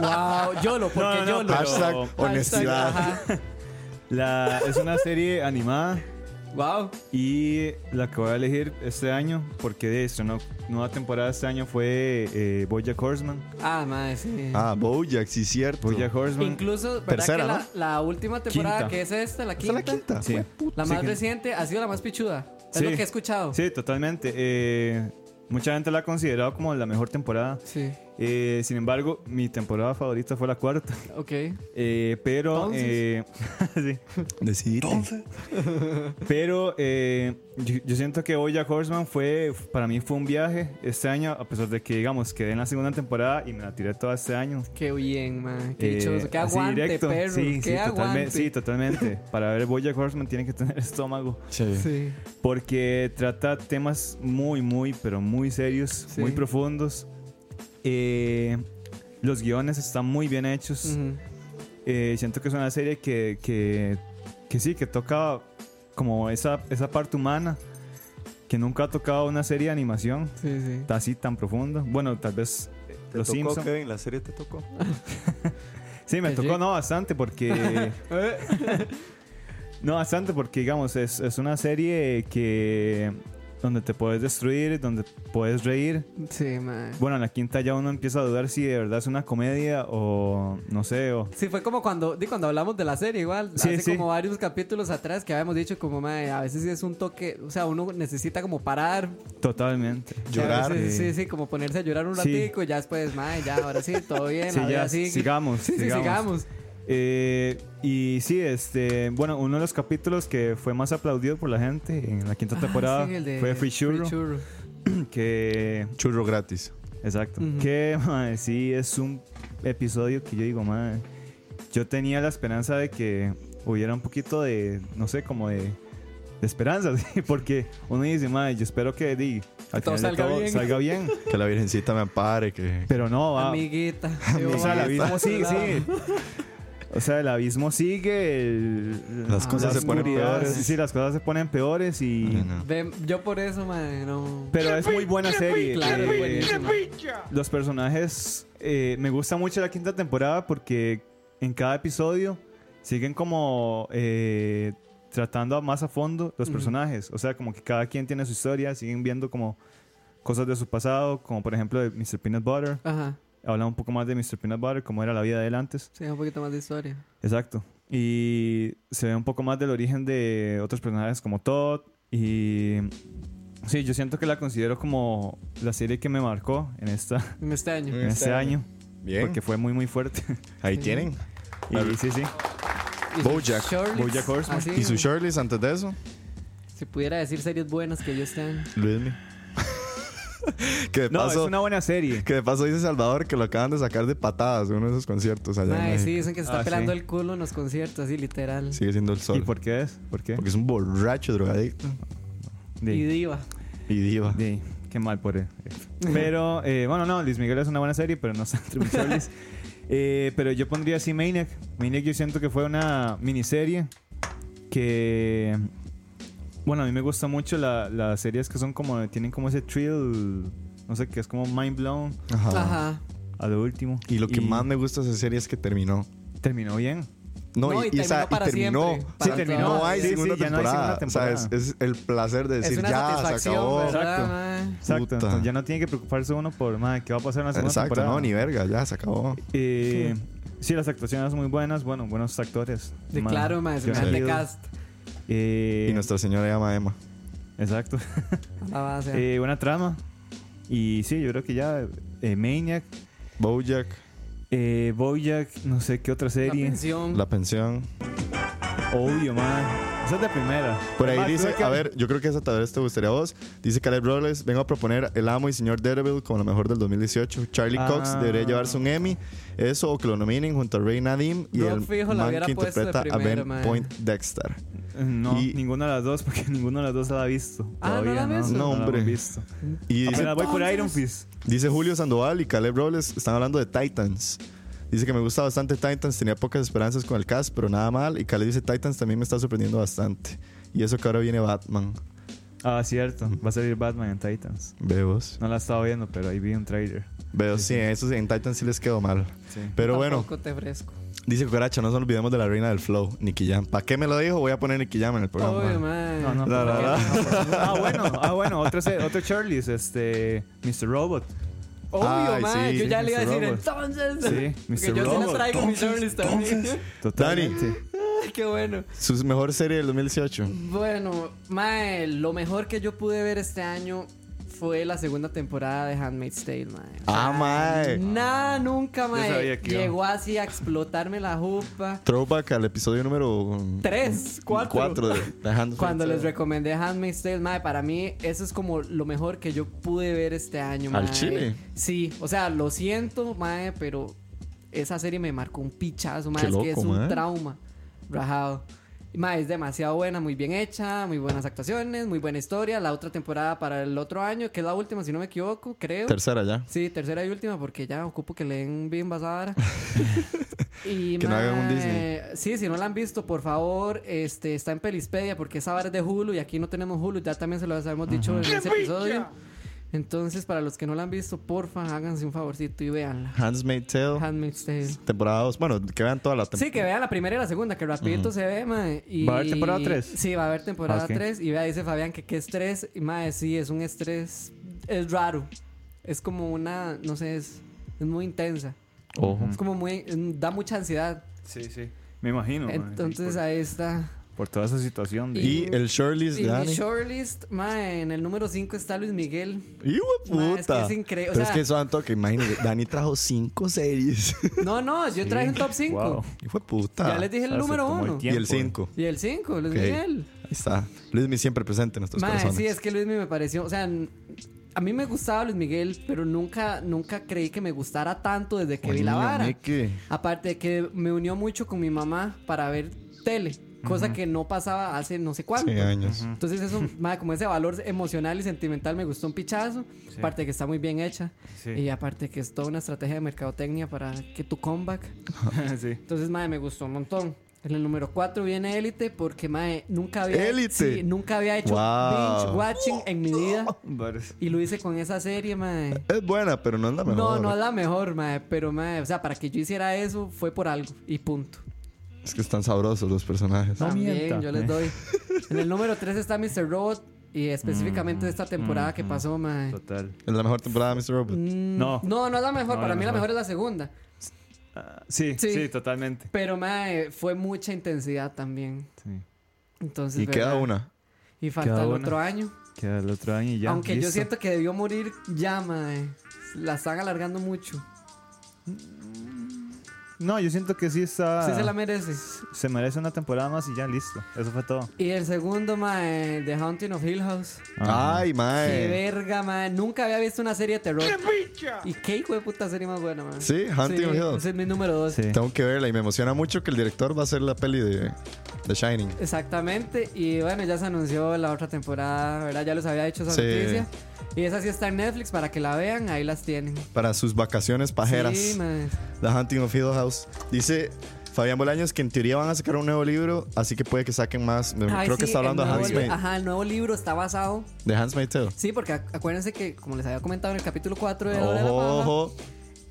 Wow, YOLO, porque
no, no,
YOLO.
Pero-
Hashtag honestidad.
La, es una serie animada
Wow.
y la que voy a elegir este año, porque de hecho, no, nueva temporada este año fue eh, Bojack Horseman.
Ah, madre, sí.
Ah, Bojack, sí, cierto.
Bojack Horseman.
Incluso, ¿verdad
Tercera,
que la, la última temporada
Quinta.
que es esta, la
¿Esa
quinta?
es la quinta?
Sí.
la
Sí,
más
que-
reciente ha sido la más pichuda. Es
Sí.
lo que he escuchado.
Sí, totalmente. Eh, mucha gente la ha considerado como la mejor temporada.
Sí.
Eh, sin embargo, mi temporada favorita fue la cuarta.
Ok.
Eh, pero.
Entonces.
eh, sí.
Decidite.
Pero eh, yo, yo siento que Bojack Horseman fue, para mí fue un viaje este año, a pesar de que, digamos, quedé en la segunda temporada y me la tiré todo este año.
Qué bien, madre. Qué
Eh,
dichoso. Qué
así
aguante,
directo.
perro.
Sí, sí,
qué
totalme-
aguante.
sí, totalmente. Para ver Bojack Horseman tiene que tener estómago.
Sí.
Sí.
Porque trata temas muy, muy, pero muy serios,
Sí.
muy profundos. Eh, los guiones están muy bien hechos.
Ujú.
Eh, siento que es una serie que, que, que sí, que toca como esa, esa parte humana que nunca ha tocado una serie de animación
Sí, sí.
ta- así tan profunda. Bueno, tal vez eh,
¿Te
Los
tocó,
Simpsons.
Kevin? ¿La serie te tocó?
Sí, me
Te
tocó
llega.
no bastante porque no bastante porque digamos es, es una serie que donde te puedes destruir, donde puedes reír.
Sí, mae.
Bueno, en la quinta ya uno empieza a dudar si de verdad es una comedia o no sé o
Sí, fue como cuando, di, cuando hablamos de la serie, igual.
Sí,
hace
sí.
como varios capítulos atrás que habíamos dicho, como, mae, a veces sí es un toque. O sea, uno necesita como parar.
totalmente.
Llorar.
Sí,
Sí.
sí, sí, como ponerse a llorar un
eh. Sí.
ratico y ya después, mae, ya, ahora sí, todo bien.
Sí,
ahora
ya,
sí.
sigamos,
Sí, sí,
sigamos.
sigamos.
Eh, y sí, este, bueno, uno de los capítulos que fue más aplaudido por la gente en la quinta temporada
Ah, Sí, el de
fue Free Churro, que
Churro gratis.
exacto,
Ujú.
que mae, sí es un episodio que yo digo, madre, yo tenía la esperanza de que hubiera un poquito de, no sé, como de, de esperanza, sí, porque uno dice, madre, yo espero que di, al
todo
final de
salga bien".
salga bien,
Que la virgencita me ampare, que...
pero no, va,
Amiguita.
o sea, el abismo sigue,
Claro.
sigue. O sea, el abismo sigue. el-
Las cosas
la
se ponen
oscuridad,
peores.
Sí, las cosas se ponen peores y.
Ay, no.
Ve, Yo por eso, mae, no.
Pero es muy buena serie.
Claro, es
eh,
buenísima.
los personajes. eh, me gusta mucho la quinta temporada porque en cada episodio siguen como eh, tratando a- más a fondo los
Ujú.
personajes. O sea, como que cada quien tiene su historia, siguen viendo como cosas de su pasado, como por ejemplo de Mr. Peanut Butter.
Ajá.
Habla un poco más de Mr. Peanut Butter, cómo era la vida de él antes.
Sí, un poquito más de historia.
Exacto. Y se ve un poco más del origen de otros personajes como Todd. Y sí, yo siento que la considero como la serie que me marcó en, esta,
En este año.
Eh,
en este año.
Bien,
Porque fue muy, muy fuerte.
ahí
Sí.
tienen.
y sí, sí.
Y Ah, su
Bojack.
Shirley.
Bojack Horseman.
Así,
¿Y su Shirley's antes de eso?
Si pudiera decir series buenas que yo este año.
Luismi. que de
No,
paso...
es una buena serie.
Que de paso dice Salvador que lo acaban de sacar de patadas de uno de esos conciertos allá en
Mae, sí,
México.
dicen que se está
Ah,
pelando
sí.
el culo en los conciertos, así literal.
Sigue siendo el
¿Y
sol.
por qué es? ¿Por qué?
Porque es un borracho drogadicto
De-
Y diva.
y diva.
de- qué mal por él. Pero, eh, bueno, no, Luis Miguel es una buena serie, pero no son atribuibles. eh, pero yo pondría así Maniac. Maniac yo siento que fue una miniserie que... Bueno, a mí me gusta mucho la- las series que son como... Tienen como ese thrill, no sé, que es como mind blown
Ajá.
Ajá.
a lo último.
Y lo que más me gusta de esa serie es que terminó.
Terminó bien.
No,
No,
y,
y
y esa-
terminó para
y terminó.
siempre,
O sea,
para
terminó.
No hay
Sí, sí,
segunda
ya no hay
temporada.
segunda
O sea, es,
temporada.
es el placer de
es
decir
una
ya se
satisfacción,
acabó.
¿verdad,
Exacto.
mae?
Exacto.
Puta.
Entonces ya no tiene que preocuparse uno por, madre, ¿qué va a pasar en la segunda
Exacto,
temporada?
no, ni verga, ya se acabó.
Eh, sí, las actuaciones son muy buenas. Bueno, buenos actores.
De
Ma-
claro, mae,
John
semejante
Hill.
cast.
Eh,
Y nuestra señora llama a Emma.
Exacto.
La base.
Eh, buena trama. Y sí, yo creo que ya eh, Maniac,
Bojack,
eh, Bojack, no sé qué otra
la
serie.
pensión.
La Pensión.
Obvio, man. Esa es la primera.
Por ahí
Además,
dice,
creo que-
a ver, yo creo que esa tal vez te gustaría a vos. Dice Caleb Robles, vengo a proponer El Amo y Señor Daredevil como la mejor del 2018. Charlie Cox
Ah.
debería llevarse un Emmy. Eso o que lo nominen junto a Ray Nadim y
Yo
el
fijo la
man
hubiera
que
puesto de
interpreta a
primero,
Ben
mae.
Point Dexter.
Eh, No,
y-
ninguna de las dos, porque ninguna de las dos la ha visto.
Ah, ¿no la
Todavía,
han
no,
visto?
No,
la
hombre.
hemos visto.
Y dice,
Apenas voy por Iron Fist.
dice Julio Sandoval y Caleb Robles están hablando de Titans. Dice que me gusta bastante Titans, tenía pocas esperanzas con el cast, pero nada mal. Y Caleb dice Titans también me está sorprendiendo bastante. Y eso que ahora viene Batman.
Ah, cierto. Va a salir Batman en Titans.
Ve vos.
No la estaba viendo, pero ahí vi un trailer.
Ah, Veo, sí, eso sí, en Titans sí les quedó mal. Pero bueno.
Tampoco te fresco.
Dice Cucaracha, no nos olvidemos de la reina del flow, Nicky Jam. ¿Para qué me lo dijo? Voy a poner Nicky Jam en el programa.
Obvio, mae.
No, no,
La, la, la.
Ah, bueno, ah, bueno, otro, se- otro Charlie's, este, Mr. Robot.
Obvio,
Ay,
mae.
sí,
Yo ya le iba a
Mr.
decir
Robot.
entonces.
Sí, Mr.
Porque yo sí
Robot.
las traigo mis Shirley también.
Totalmente.
Qué bueno.
Su mejor serie del 2018.
Bueno, mae, lo mejor que yo pude ver este año fue la segunda temporada de Handmaid's Tale, mae.
Ah, mae.
Nada, nunca, mae.
sabía que iba.
Llegó así a explotarme la jupa.
Throwback al episodio número
Tres, cuatro.
4 de The Hand of
Cuando
Fate.
les recomendé Handmaid's Tale, mae, para mí eso es como lo mejor que yo pude ver este año,
¿Al
mae.
chile?
Sí, o sea, lo siento, mae, pero esa serie me marcó un pichazo, mae.
Qué
es que es
loco,
un
mae.
trauma. Rajado. Ma, es demasiado buena, muy bien hecha, muy buenas actuaciones, muy buena historia. La otra temporada para el otro año, que es la última, si no me equivoco, creo.
Tercera ya.
Sí, tercera y última, porque ya ocupo que leen bien basada. y,
Que no hagan un Disney.
Sí, si no la han visto, por favor, este está en Pelispedia, porque esa vara es de Hulu y aquí no tenemos Hulu, ya también se lo habíamos dicho en ese episodio. Entonces, para los que no la han visto, porfa, háganse un favorcito y véanla.
Hands Made Tale.
Handmaid's Tale.
temporada 2. Bueno, que vean toda la
Sí,
temporada.
que vean la primera y la segunda, que rapidito se ve, mae. Y...
¿Va a haber temporada tres?
Sí, va a haber temporada
Ah, ok.
3. Y vea, dice Fabián que qué estrés. Y mae, sí, es un estrés. Es raro. Es como una, no sé, es, es muy intensa. Es como muy. Da mucha ansiedad.
Sí, sí.
Me imagino. mae, sí, pues.
Entonces
por,
ahí está.
por toda esa situación. De,
Y el Shirley's
Y
de
mi
Annie.
shortlist, mae, en el número 5 está Luis Miguel.
¡Hijo de
Ma,
puta!
es que es increíble, o
Pero es
sea-
que eso tanto que imagínate, Dani trajo 5 series.
No, no, yo traje un top 5.
Wow.
¡Hijo de puta!
Ya les dije el
Ah, se
número
tomó el
1.
tiempo.
y el 5.
Y el 5, Luis
Ok.
Miguel.
Ahí está. Luis mi siempre presente en nuestros
Mae,
corazones.
sí, es que Luis me pareció, o sea, n- a mí me gustaba Luis Miguel, pero nunca, nunca creí que me gustara tanto desde que vi la vara. Aparte de que me unió mucho con mi mamá para ver tele, cosa que no pasaba hace no sé cuánto.
Sí, años.
Entonces eso, mae, como ese valor emocional y sentimental me gustó un pichazo, aparte de que está muy bien hecha
Sí.
y aparte de que es toda una estrategia de mercadotecnia para que tu comeback
sí.
entonces, mae, me gustó un montón. En el número 4 viene Élite porque, mae, nunca había...
Élite.
Sí, nunca había hecho
Wow.
binge watching en mi vida.
Varios.
Y lo hice con esa serie, mae.
Es buena, pero no es la mejor.
No, no es la mejor, mae. Pero, mae, o sea, para que yo hiciera eso fue por algo. Y punto.
Es que están sabrosos los personajes.
También
mienta. eh.
yo les doy. en el número 3 está Mr. Robot. Y específicamente
Mm,
de esta temporada que pasó, mae. Mm,
Total.
Es la mejor temporada de Mr. Robot.
No.
No, no es la mejor.
No,
para
la
mí la
mejor.
mejor es la segunda.
Ah, sí,
Sí.
sí, totalmente.
Pero, mae, fue mucha intensidad también.
Sí.
Entonces,
Y queda
¿verdad?
una.
Y falta
Queda
el
una.
otro año.
Queda el otro año y ya.
Aunque yo
listo.
siento que debió morir ya, mae. La están alargando mucho.
No, yo siento que sí está.
Ah.
Sí se la merece.
se merece una temporada más y ya, listo. Eso fue todo.
Y el segundo, mae, The Haunting of Hill House.
Ajá.
¡Ay,
Qué
mae!
verga, mae. Nunca había visto una serie de terror. Y qué hijo de puta serie más buena, mae.
Sí, Hunting of Hill.
Ese es mi número dos.
Sí.
Tengo que verla y me emociona mucho que el director va a hacer la peli de The Shining.
Exactamente. Y bueno, ya se anunció la otra temporada, ¿verdad? Ya les había hecho esa
Sí.
noticia. Y esa sí está en Netflix para que la vean. Ahí las tienen.
Para sus vacaciones pajeras.
Sí, mae.
The Hunting of Hill House. Dice Fabián Bolaños que en teoría van a sacar un nuevo libro, así que puede que saquen más. Me-
Ay,
Creo
sí,
que está
el
hablando de
nuevo
Hans
li-
Maid.
Ajá, el nuevo libro está basado
De Hans Maid Tale.
Sí, porque ac- acuérdense que, como les había comentado en el capítulo 4 de La Hora de la
Ojo,
Paja,
ojo.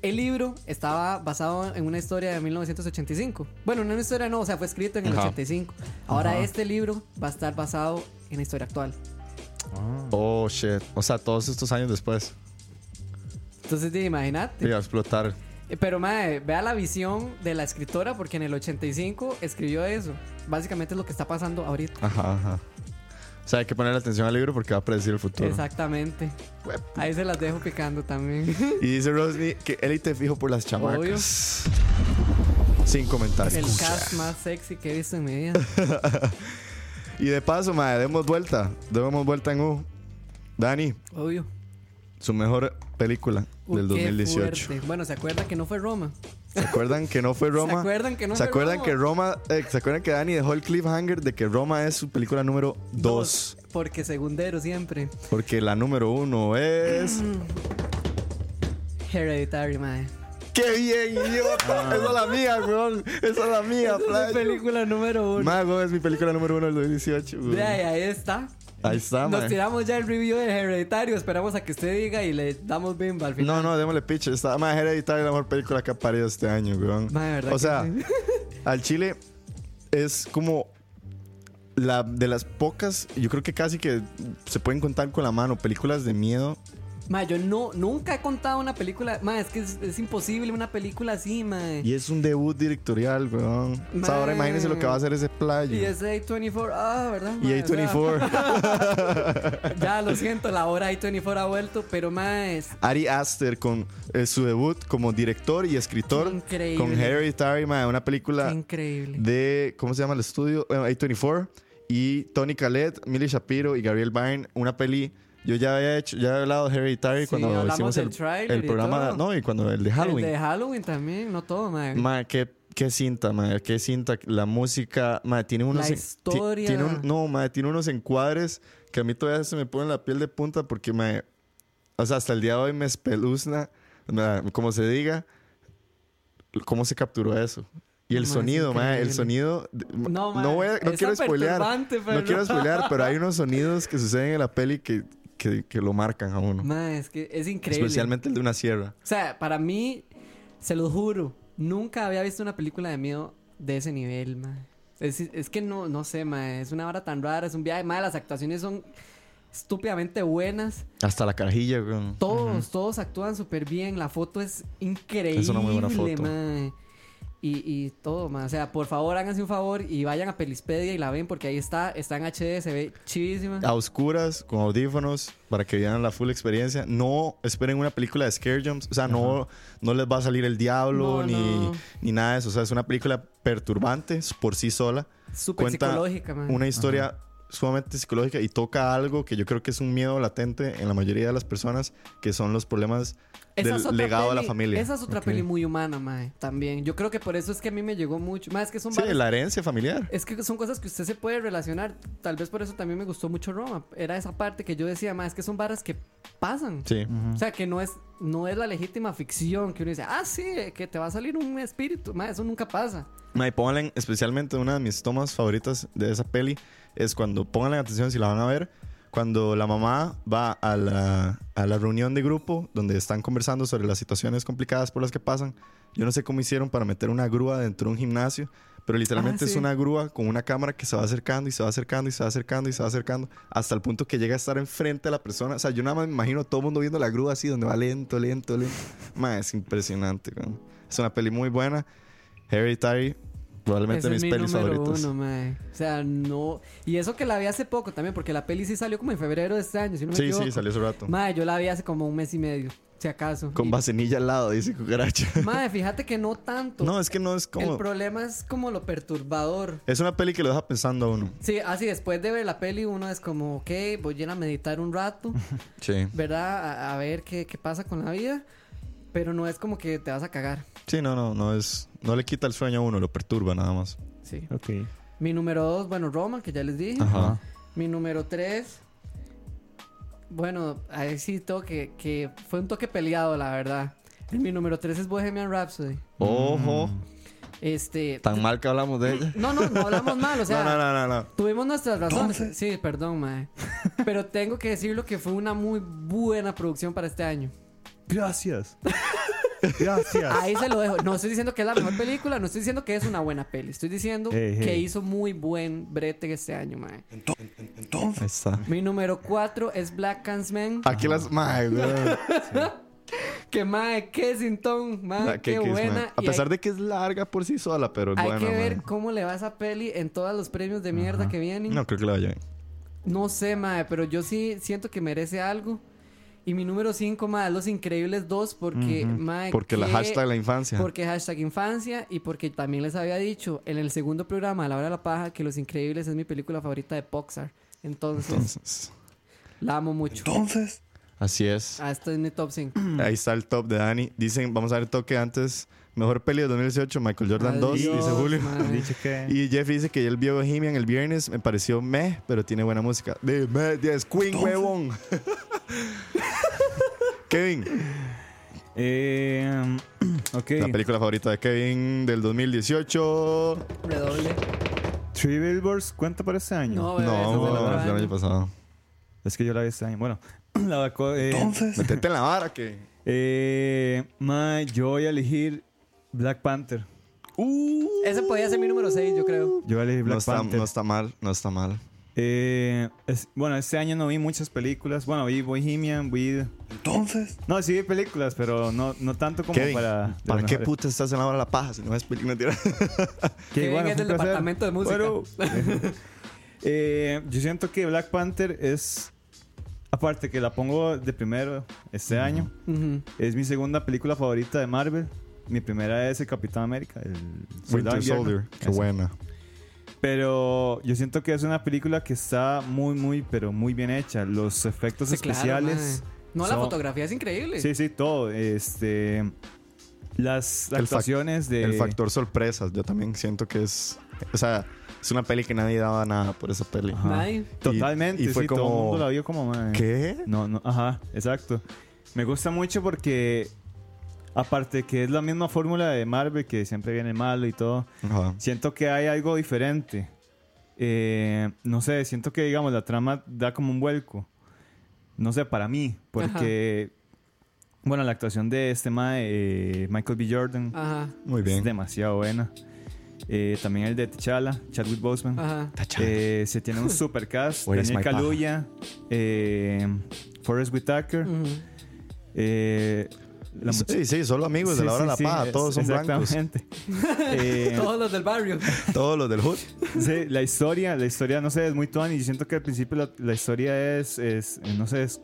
el libro estaba basado en una historia de 1985. Bueno, no en una historia, no, o sea, fue escrito en el
Ajá.
85. Ahora este libro va a estar basado en la historia actual.
Oh, shit. O sea, todos estos años después.
Entonces, di, imagínate.
Iba a explotar.
Eh, Pero, madre, vea la visión de la escritora, porque en el 85 escribió eso. Básicamente es lo que está pasando ahorita.
Ajá, ajá. O sea, hay que ponerle atención al libro porque va a predecir el futuro.
Exactamente.
Huepu-
Ahí se las dejo picando también.
Y dice Rosny que élite fijo por las chamacas. Sin comentarios.
el cast más sexy que he visto en mi vida.
Y de paso, madre, demos vuelta. Demos vuelta en U. Dani,
Obvio.
su mejor película
Uy,
del
qué
2018.
fuerte. Bueno, ¿se acuerda que no fue Roma?
¿Se acuerdan que no fue Roma?
¿Se acuerdan que no
¿Se
fue
acuerdan
Roma?
que Roma, eh, se acuerdan que Dani dejó el cliffhanger de que Roma es su película número 2?
Porque segundero siempre.
Porque la número 1 es.
Hereditary, madre.
¡Qué bien,
Ah.
idiota! Esa es la mía, weón. Esa es la mía,
La
playa.
película número uno.
Mago es mi película número 1 del 2018. weón.
Vea, y ahí está.
Ahí está,
Nos
man.
tiramos ya el review de Hereditario. Esperamos a que usted diga y le damos bimba al
No,
final.
no, démosle pitch. Está más hereditaria la mejor película que ha parido este año, weón.
Ma, de verdad
o
que
sea,
sí.
al Chile es como la de las pocas, yo creo que casi que se pueden contar con la mano, películas de miedo.
Ma, yo no, nunca he contado una película. Ma, es que es, es imposible una película así, ma.
Y es un debut directorial, weón. O sea, ahora
Ma.
imagínense lo que va a hacer ese playo.
Y es A24, ah, ¿verdad? ma?
Y A24.
O sea, ya lo siento, la hora A24 ha vuelto, pero ma, es
Ari Aster con eh, su debut como director y escritor.
Qué increíble.
Con Hereditary, ma, una película
increíble.
de, ¿cómo se llama el estudio? Bueno, A24 y Tony Collette, Millie Shapiro y Gabriel Byrne, una peli. Yo ya había hecho, ya había hablado de Hereditary
Sí,
cuando
hablamos
hicimos
del
el,
tráiler
el
y
programa,
todo.
no, y cuando el de
El
Halloween.
de Halloween también, no todo, ma.
Ma, qué, Qué cinta, madre, qué cinta. La música, madre, tiene unos.
La
en- ti-
historia.
tiene un- no, madre, tiene unos encuadres que a mí todavía se me pone la piel de punta porque, madre. O sea, hasta el día de hoy me espeluzna, madre, como se diga, cómo se capturó eso. Y el
Madre, es
sonido, madre, el
increíble.
sonido. de-
No,
No,
madre,
voy a- no
es
quiero
tan
spoilear.
perturbante,
No
Fernan.
quiero spoilear, pero hay unos sonidos que suceden en la peli que, que, que lo marcan a uno.
Mae, es que es increíble.
Especialmente el de una sierra.
O sea, para mí, se lo juro, nunca había visto una película de miedo de ese nivel, mae. Es, es que no, no sé, mae. Es una hora tan rara, es un viaje. Mae, las actuaciones son estúpidamente buenas.
Hasta la carajilla, weón.
Todos, todos actúan súper bien. La foto es increíble,
Es una muy buena foto.
mae. Y, y todo, mae. O sea, por favor, háganse un favor y vayan a Pelispedia y la ven porque ahí está, está en HD, se ve chivísima.
a oscuras, con audífonos, para que vean la full experiencia. No esperen una película de Scare Jumps. O sea, no, no les va a salir el diablo
No,
ni,
no.
ni nada de eso. O sea, es una película perturbante por sí sola.
Súper
Cuenta
psicológica, mae.
Una historia sumamente psicológica y toca algo que yo creo que es un miedo latente en la mayoría de las personas, que son los problemas
Esa
del
es otra
legado de la
peli-
familia.
Esa es otra
Ok.
peli muy humana, mae. También. Yo creo que por eso es que a mí me llegó mucho. Más que son
Sí,
varias-
la herencia familiar.
Es que son cosas que usted se puede relacionar. Tal vez por eso también me gustó mucho Roma. Era esa parte que yo decía, más que son varas que pasan.
Sí.
O sea, que no es, no es la legítima ficción que uno dice, ah, sí, que te va a salir un espíritu. Mae, eso nunca pasa.
Mae, pónganle especialmente una de mis tomas favoritas de esa peli es cuando, pónganle atención si la van a ver, cuando la mamá va a la, a la reunión de grupo donde están conversando sobre las situaciones complicadas por las que pasan. Yo no sé cómo hicieron para meter una grúa dentro de un gimnasio, pero literalmente es
sí.
una grúa con una cámara que se va acercando y se va acercando y se va acercando y se va acercando hasta el punto que llega a estar enfrente de la persona. O sea, yo nada más me imagino todo el mundo viendo la grúa así donde va lento, lento, lento. Mae, es impresionante. weón. Es una peli muy buena. Hereditary, probablemente
Ese
de
es
mis
mi
pelis
número
favoritas.
uno, mae. O sea, no. Y eso que la vi hace poco también, porque la peli sí salió como en febrero de este año. Si no me
Sí,
equivoco.
sí, salió hace rato.
Mae, yo la vi hace como un mes y medio, si acaso.
Con
Y-
vacinilla al lado, dice cucaracha.
Mae, fíjate que no tanto.
No, es que no es
El
como.
problema es como lo perturbador.
Es una peli que lo deja pensando a uno.
Sí, así después de ver la peli uno es como, ok, voy a ir a meditar un rato,
Sí.
¿verdad? A, a ver qué, qué pasa con la vida. Pero no es como que te vas a cagar.
Sí, no, no, no es. No le quita el sueño a uno, lo perturba nada más.
Sí.
Ok.
Mi número dos, bueno, Roma, que ya les dije.
Ajá.
Mi número tres, bueno, ahí sí toque, que fue un toque peleado, la verdad. Mi número tres es Bohemian Rhapsody.
Ojo,
Este...
tan mal que hablamos de ella.
No, no, no hablamos mal, o sea...
no, no, no, no, no.
Tuvimos nuestras razones. Sí, perdón, mae. Pero tengo que decirlo que fue una muy buena producción para este año.
Gracias. Gracias.
Ahí se lo dejo. No estoy diciendo que es la mejor película, no estoy diciendo que es una buena peli. Estoy diciendo
Hey, hey.
que hizo muy buen brete este año, mae.
Ahí está.
Mi número 4 es Black Cans Man.
Aquí las. Mae, güey.
Ah, Que mae, qué sintón, mae,
La que- que
qué
Ah, es,
buena.
mae. A
Y
pesar
hay,
de que es larga por sí sola, pero es
hay
buena.
que ver
mae.
cómo le va a esa peli en todos los premios de mierda que vienen.
No, creo que la vaya bien.
No sé, mae, pero yo sí siento que merece algo. Y mi número 5, mae, Los Increíbles 2, porque, mae,
Porque la
qué-
hashtag la infancia.
Porque hashtag infancia y porque también les había dicho en el segundo programa, A la hora de la paja, que Los Increíbles es mi película favorita de Pixar. Entonces,
Entonces,
la amo mucho.
así es.
Ah, este es mi top 5.
Ahí está el top de Dani. Dicen, vamos a ver el toque antes. Mejor peli de 2018, Michael Jordan 2, dice Julio.
Dicho que.
Y Jeff dice que él vio Bohemian el viernes, me pareció meh, pero tiene buena música. De meh, de es Queen, huevón. Kevin,
Eh, ok.
la película favorita de Kevin del 2018.
Redoble.
Three Billboards cuenta para este año.
No,
No,
bebé, ese es el otro
no, el
año.
año pasado.
Es que yo la vi este año. Bueno, la vaco. Eh,
Metete en la vara que.
eh, mae, yo voy a elegir Black Panther.
Ese podía ser mi número 6, yo creo.
Yo voy a elegir Black
No está,
Panther.
no está mal, no está mal.
Eh, es- bueno, este año no vi muchas películas. Bueno, vi Bohemian, vi. Entonces. No, sí vi películas, pero no, no tanto como
Kevin,
para.
¿para, qué puta estás en la hora de la paja si no ves película? Mentira.
fue
Kevin es
un
del
placer.
departamento de música.
Bueno, eh, yo siento que Black Panther es. Aparte que la pongo de primero este año.
Ujú.
Es mi segunda película favorita de Marvel. Mi primera es el Capitán América, el Soldado de
Winter
Invierno.
Soldier, qué
Esa.
buena.
Pero yo siento que es una película que está muy, muy, pero muy bien hecha. Los efectos
Sí, claro,
especiales.
mae. no, la
son-
fotografía es increíble.
Sí, sí, todo. Este. Las
fac-
actuaciones de.
El factor sorpresas, yo también siento que es. O sea, es una peli que nadie daba nada por esa peli.
Ajá.
Ay.
Totalmente.
Y- y fue
sí, Todo
como-
el mundo la vio como. "Mae".
¿Qué?
No, no, ajá, exacto. Me gusta mucho porque, aparte que es la misma fórmula de Marvel, que siempre viene malo y todo,
Ajá.
siento que hay algo diferente. Eh, no sé, siento que, digamos, la trama da como un vuelco. No sé, para mí, porque, bueno, la actuación de este mae, eh, Michael B. Jordan,
Ajá,
Muy
es
bien.
demasiado buena. Eh, también el de T'Challa, Chadwick Boseman.
ajá.
Eh, se tiene un super cast.
Where is
Daniel
my paja?
Kaluuya, eh, Forrest Whitaker.
Ujú.
eh, la much-
Sí, sí, solo amigos de
Sí,
la hora
sí,
de la
sí,
paja,
es-
todos son blancos.
exactamente. Eh,
Todos los del barrio.
Todos los del Hood.
sí, la historia, la historia, no sé, es muy tuan y siento que al principio la, la historia es, es, eh, no sé, es,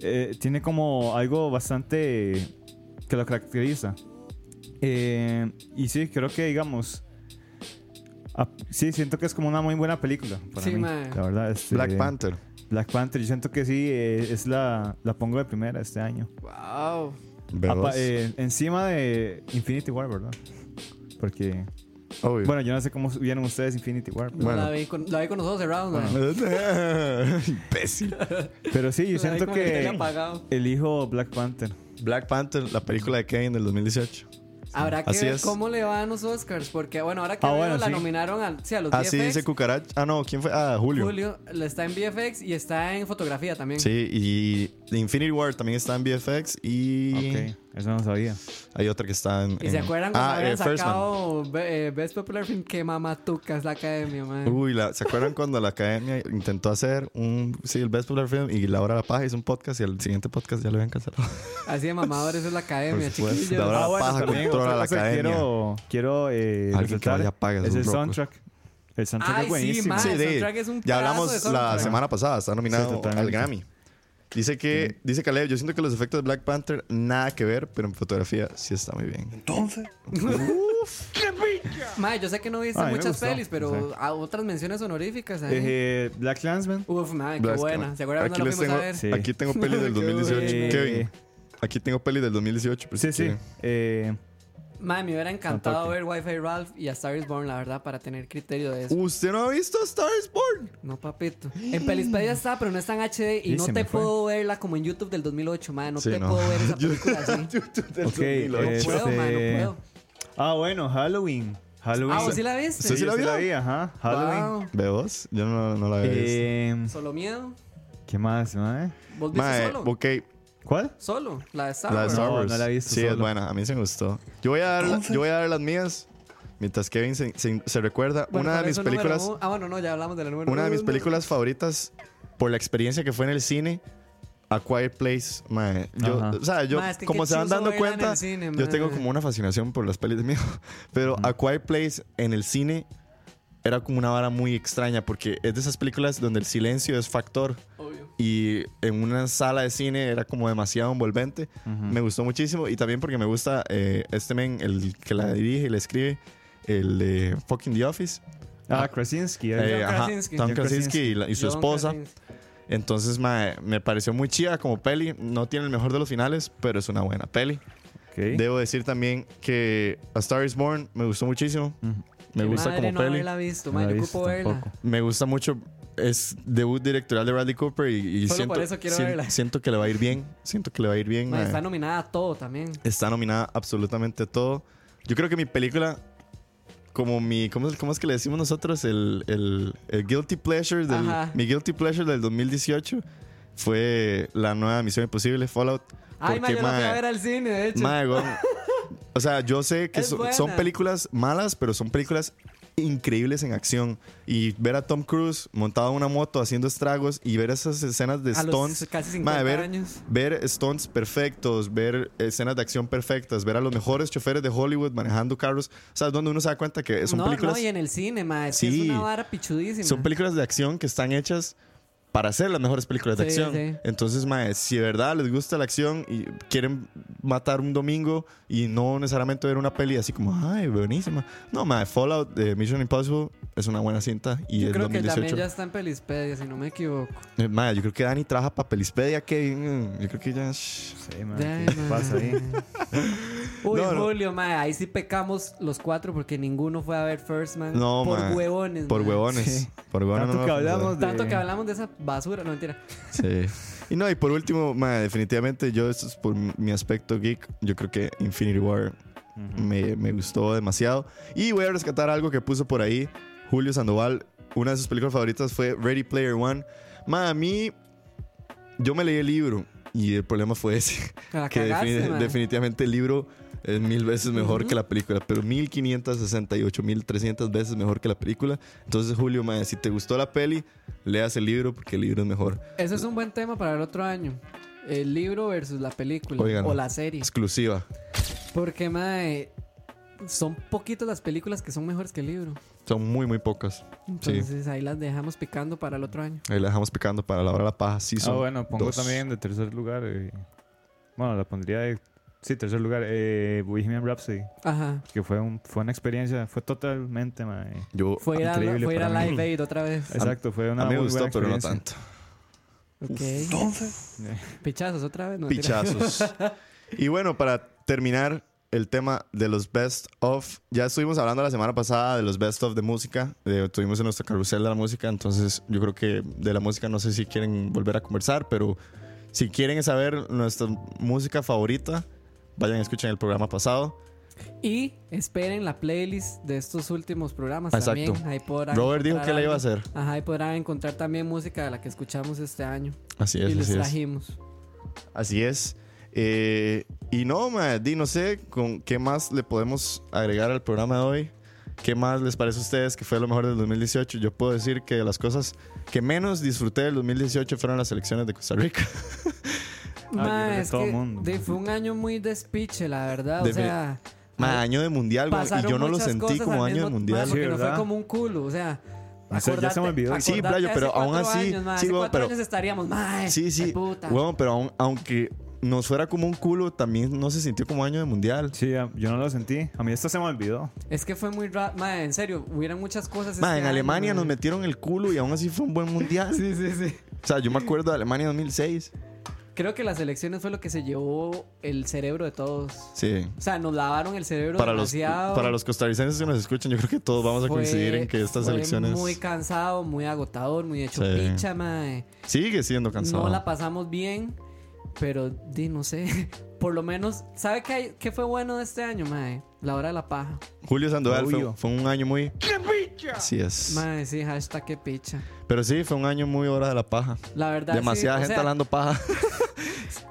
eh, tiene como algo bastante que lo caracteriza. Eh, y sí, creo que digamos, ah, sí, siento que es como una muy buena película para
Sí,
mí,
mae.
la verdad. este,
Black Panther.
Black Panther, yo siento que sí, eh, es la, la pongo de primera este año.
Wow.
Veloz.
Apa- eh, encima de Infinity War, ¿verdad? Porque.
Obvio.
Bueno, yo no sé cómo vieron ustedes Infinity War. pero-
Bueno. pues.
La, vi con, la vi con los ojos cerrados, mae.
Imbécil.
Pero sí, yo
La vi
siento
como tenía
que.
apagado.
Elijo Black Panther.
Black Panther, la película de Kevin del 2018.
Habrá que
Así
ver
es.
cómo le van los Oscars, porque bueno, ahora que
Ah,
veo,
bueno,
la
sí.
nominaron al, sí, a los
Así
VFX,
dice Cucaracha. Ah, no, ¿quién fue? Ah, Julio.
Julio la está en VFX y está en fotografía también.
Sí, y Infinity War también está en VFX y
Ok, eso no sabía.
hay otra que está en...
¿Y se
en-
acuerdan cuando habían
eh, First Man.
sacado Be- eh, Best Popular Film? ¡Qué mamatuca es la academia, man!
Uy, la- ¿se acuerdan cuando la academia intentó hacer un... Sí, el Best Popular Film y La Hora de la Paja hizo un podcast y el siguiente podcast ya lo habían cancelado.
Así de mamadores es la academia,
Por supuesto,
chiquillos. Ah,
ahora- La paja Ah, controla
otra
la
cosa que
academia.
Quiero, quiero eh,
Alguien que
resaltar
vaya a pagar
es
sus
el
locos.
soundtrack. El soundtrack
Ay,
es
sí,
buenísimo.
mae. Ah,
sí,
el
de-
soundtrack es un
ya
pedazo
hablamos
de
la
soundtrack.
semana pasada, está
Sí,
nominado
totalmente.
al Grammy. Dice que, dice Caleb, yo siento que los efectos de Black Panther nada que ver, pero en fotografía sí está muy bien.
Mae, yo sé que no viste
Ah, a mí me
muchas
gustó,
pelis, pero
sí.
a otras menciones honoríficas. ahí.
Eh, Black Klansman.
Uf, madre, qué
Black-
buena. ¿Se acuerdan
Aquí
cuando la
les
fuimos
tengo,
a ver?
Sí.
aquí tengo peli del
Qué
2018.
bueno.
Kevin, aquí tengo peli del 2018. por si
Sí, sí.
quieren.
Eh,
Mae, me hubiera encantado
Fantástico.
ver Wi-Fi Ralph y a Star is Born, la verdad, para tener criterio de eso.
¿Usted no ha visto Star is Born?
No, papito. En Pelispedia está, pero no está en HD y
Sí,
no
se
te
me fue.
puedo verla como en YouTube del 2008, madre. No
Sí,
te
no.
puedo ver esa película así.
ok,
No puedo, mae,
este-
no puedo.
Ah, bueno, Halloween. Halloween.
Ah, ¿vos sí la viste?
¿Usted sí
yo
la
sí la
vio?
vi, ajá. Halloween.
Wow.
¿Ve vos? Yo no, no la había visto.
Eh,
Solo miedo.
¿Qué más, mae?
¿Vos viste
Mae,
solo?
ok,
¿Cuál?
Solo, la de Star
la de
Wars.
Star
No,
Wars.
no la he visto
sí, es
solo.
buena, a mí se me gustó. Yo voy a dar, la- yo voy a dar las mías. Mientras Kevin se, se- se recuerda
Bueno,
una
¿cuál
de mis
es su número
películas,
uno? Ah, bueno, no, ya hablamos de la número
una de mis
uno.
películas favoritas por la experiencia que fue en el cine. A Quiet Place, mae. Yo,
Ajá.
o sea, yo,
Mae, es que
como
qué
se van
chuzo
dando
verla en
cuenta,
el cine,
yo
mae.
tengo como una fascinación por las pelis de miedo. Pero A Quiet Place en el cine era como una vara muy extraña porque es de esas películas donde el silencio es factor
Obvio.
y en una sala de cine era como demasiado envolvente. Me gustó muchísimo y también porque me gusta eh, este men, el que la dirige y la escribe, el de fucking The Office.
Ah, Krasinski.
Eh,
eh.
John
ajá,
Krasinski.
Tom
John
Krasinski y, la- y su
John
esposa.
Krasinski.
Entonces mae, me pareció muy chida como peli. No tiene el mejor de los finales, pero es una buena peli.
Ok.
Debo decir también que A Star is Born me gustó muchísimo. Me
Mi
gusta
madre
como
no
peli.
haberla visto,
No
mae,
la he
yo
visto
ocupo verla.
tampoco.
Me gusta mucho. Es debut directorial de Bradley Cooper y, y
Solo
siento,
por eso quiero
sien-
verla.
siento que le va a ir bien. Siento que le va a ir bien.
Mae,
mae.
está nominada a todo también.
Está nominada absolutamente a todo. Yo creo que mi película, como mi. ¿Cómo, es- cómo es que le decimos nosotros? El, el- el Guilty Pleasure. Del,
Ajá.
mi Guilty Pleasure del 2018 fue la nueva Misión Imposible, Fallout.
Ay,
porque,
mae, yo la fui a
mae,
ver al cine, de hecho.
mae, weón, O sea, yo sé que
Es
so-
buena.
son películas malas, pero son películas increíbles en acción. Y ver a Tom Cruise montado en una moto haciendo estragos y ver esas escenas de
a
Stones.
los casi 50
Mae, ver,
años.
ver stunts perfectos, ver escenas de acción perfectas, ver a los mejores choferes de Hollywood manejando carros. O sea, es donde uno se da cuenta que son
no,
películas.
no, y en el cine, mae, es que
Sí.
es una vara pichudísima.
Son películas de acción que están hechas para hacer las mejores películas de
Sí,
acción.
sí.
Entonces, mae, si de verdad les gusta la acción y quieren matar un domingo y no necesariamente ver una peli así como, ay, buenísima. No, mae, Fallout de Mission Impossible es una buena cinta y
Yo
es
creo que
2018.
también ya está en Pelispedia, si no me equivoco.
Eh, mae, yo creo que Dani
Ah,
trabaja para Pelispedia, Kevin. Yo creo que ya.
Sí, mae,
Ay,
¿Qué
mae.
pasa ahí?
Uy,
No, no.
Julio, mae, ahí sí pecamos los cuatro porque ninguno fue a ver First Man.
No,
por
mae.
huevones.
Por
mae.
huevones.
Sí.
Por huevones.
Tanto
no me
que
voy a ofender.
hablamos de...
Tanto que hablamos de esa basura, no mentira.
Sí. Y no, y por último, ma, definitivamente yo, esto es por mi aspecto geek, yo creo que Infinity War me, me gustó demasiado. Y voy a rescatar algo que puso por ahí Julio Sandoval. Una de sus películas favoritas fue Ready Player One. Ma, a mí, yo me leí el libro y el problema fue ese.
La
Que
cagaste,
defini-
mae.
definitivamente el libro es mil veces mejor que la película, pero 1568, 1300 veces mejor que la película. Entonces, Julio, ma, si te gustó la peli, leas el libro porque el libro es mejor.
Ese es un buen tema para el otro año. El libro versus la película
Oigan,
o la serie.
Exclusiva.
Porque, mae, son poquitas las películas que son mejores que el libro.
Son muy, muy pocas. Sí.
Entonces ahí las dejamos picando para el otro año.
Ahí la dejamos picando para la hora de la paja. Sí,
Ah,
son
bueno, pongo
dos.
también de tercer lugar. eh, bueno, la pondría de... Sí, tercer lugar. Eh, Bohemian Rhapsody.
Ajá.
Que fue, un, fue una experiencia, fue totalmente, mae.
Yo,
Fue ir a,
Increíble
fue ir a
para mí.
Live Aid otra vez.
Exacto, fue
a
una
mí me
muy
gustó,
buena
pero no
experiencia.
tanto.
Ok.
Eh,
Pichazos otra vez. No, mentira.
Pichazos. y bueno, para terminar el tema de los best of. Ya estuvimos hablando la semana pasada de los best of de música. eh, estuvimos en nuestro carrusel de la música. Entonces, yo creo que de la música no sé si quieren volver a conversar, pero si quieren saber nuestra música favorita, vayan a escuchar el programa pasado.
Y esperen la playlist de estos últimos programas
Exacto.
también. Ahí podrán
Robert dijo
encontrar
que la iba a
algo.
hacer.
Ajá, y podrán encontrar también música de la que escuchamos este año.
Así es,
y les
así es.
trajimos.
Ah,
Así es. Eh, y no, ma, di, no sé con qué más le podemos agregar al programa de hoy. ¿Qué más les parece a ustedes que fue lo mejor del 2018? Yo puedo decir que de las cosas que menos disfruté del 2018 fueron las elecciones de Costa Rica.
yo
Ma,
creo que
es
todo
que
mundo.
de- fue un año muy despiche, la verdad.
Defini-
o sea,
Ma, año de mundial, güey,
pasaron
y yo no lo
muchas
sentí
cosas
como
al
año de
mismo-
mundial.
Ma, porque
Sí,
no fue
¿verdad?
como un culo, o sea.
O sea, ya se me olvidó.
Sí,
acordate
Playo,
hace
pero aún
cuatro
así-
años, ma,
sí,
hace
weón,
cuatro
pero-
años estaríamos, ma,
Sí, sí.
puta.
Bueno, pero aun- aunque nos fuera como un culo, también no se sintió como año de mundial.
Sí, ah, yo no lo sentí. A mí esta se me olvidó.
Es que fue muy raro. Madre, en serio, hubieran muchas cosas.
Ma,
este
en
año,
Alemania
ma.
nos metieron el culo y aún así fue un buen mundial.
Sí, sí, sí.
O sea, yo me acuerdo de Alemania 2006.
Creo que las elecciones fue lo que se llevó el cerebro de todos.
Sí.
O sea, nos lavaron el cerebro
para los,
demasiado.
para los costarricenses que nos escuchan, yo creo que todos vamos a
Fue-
coincidir en que estas
fue
elecciones
Muy cansado, muy agotador, muy hecho
Sí.
picha, madre.
sigue siendo cansado.
No la pasamos bien, pero di, no sé. Por lo menos, ¿sabe qué, hay- qué fue bueno de este año, madre? La hora de la paja.
Julio Sandoval fue,
Obvio.
fue un año muy Así es.
Madre, sí, hashtag que picha.
Pero sí, fue un año muy hora de la paja.
La verdad. sí,
Demasiada
o
gente
sea,
hablando paja.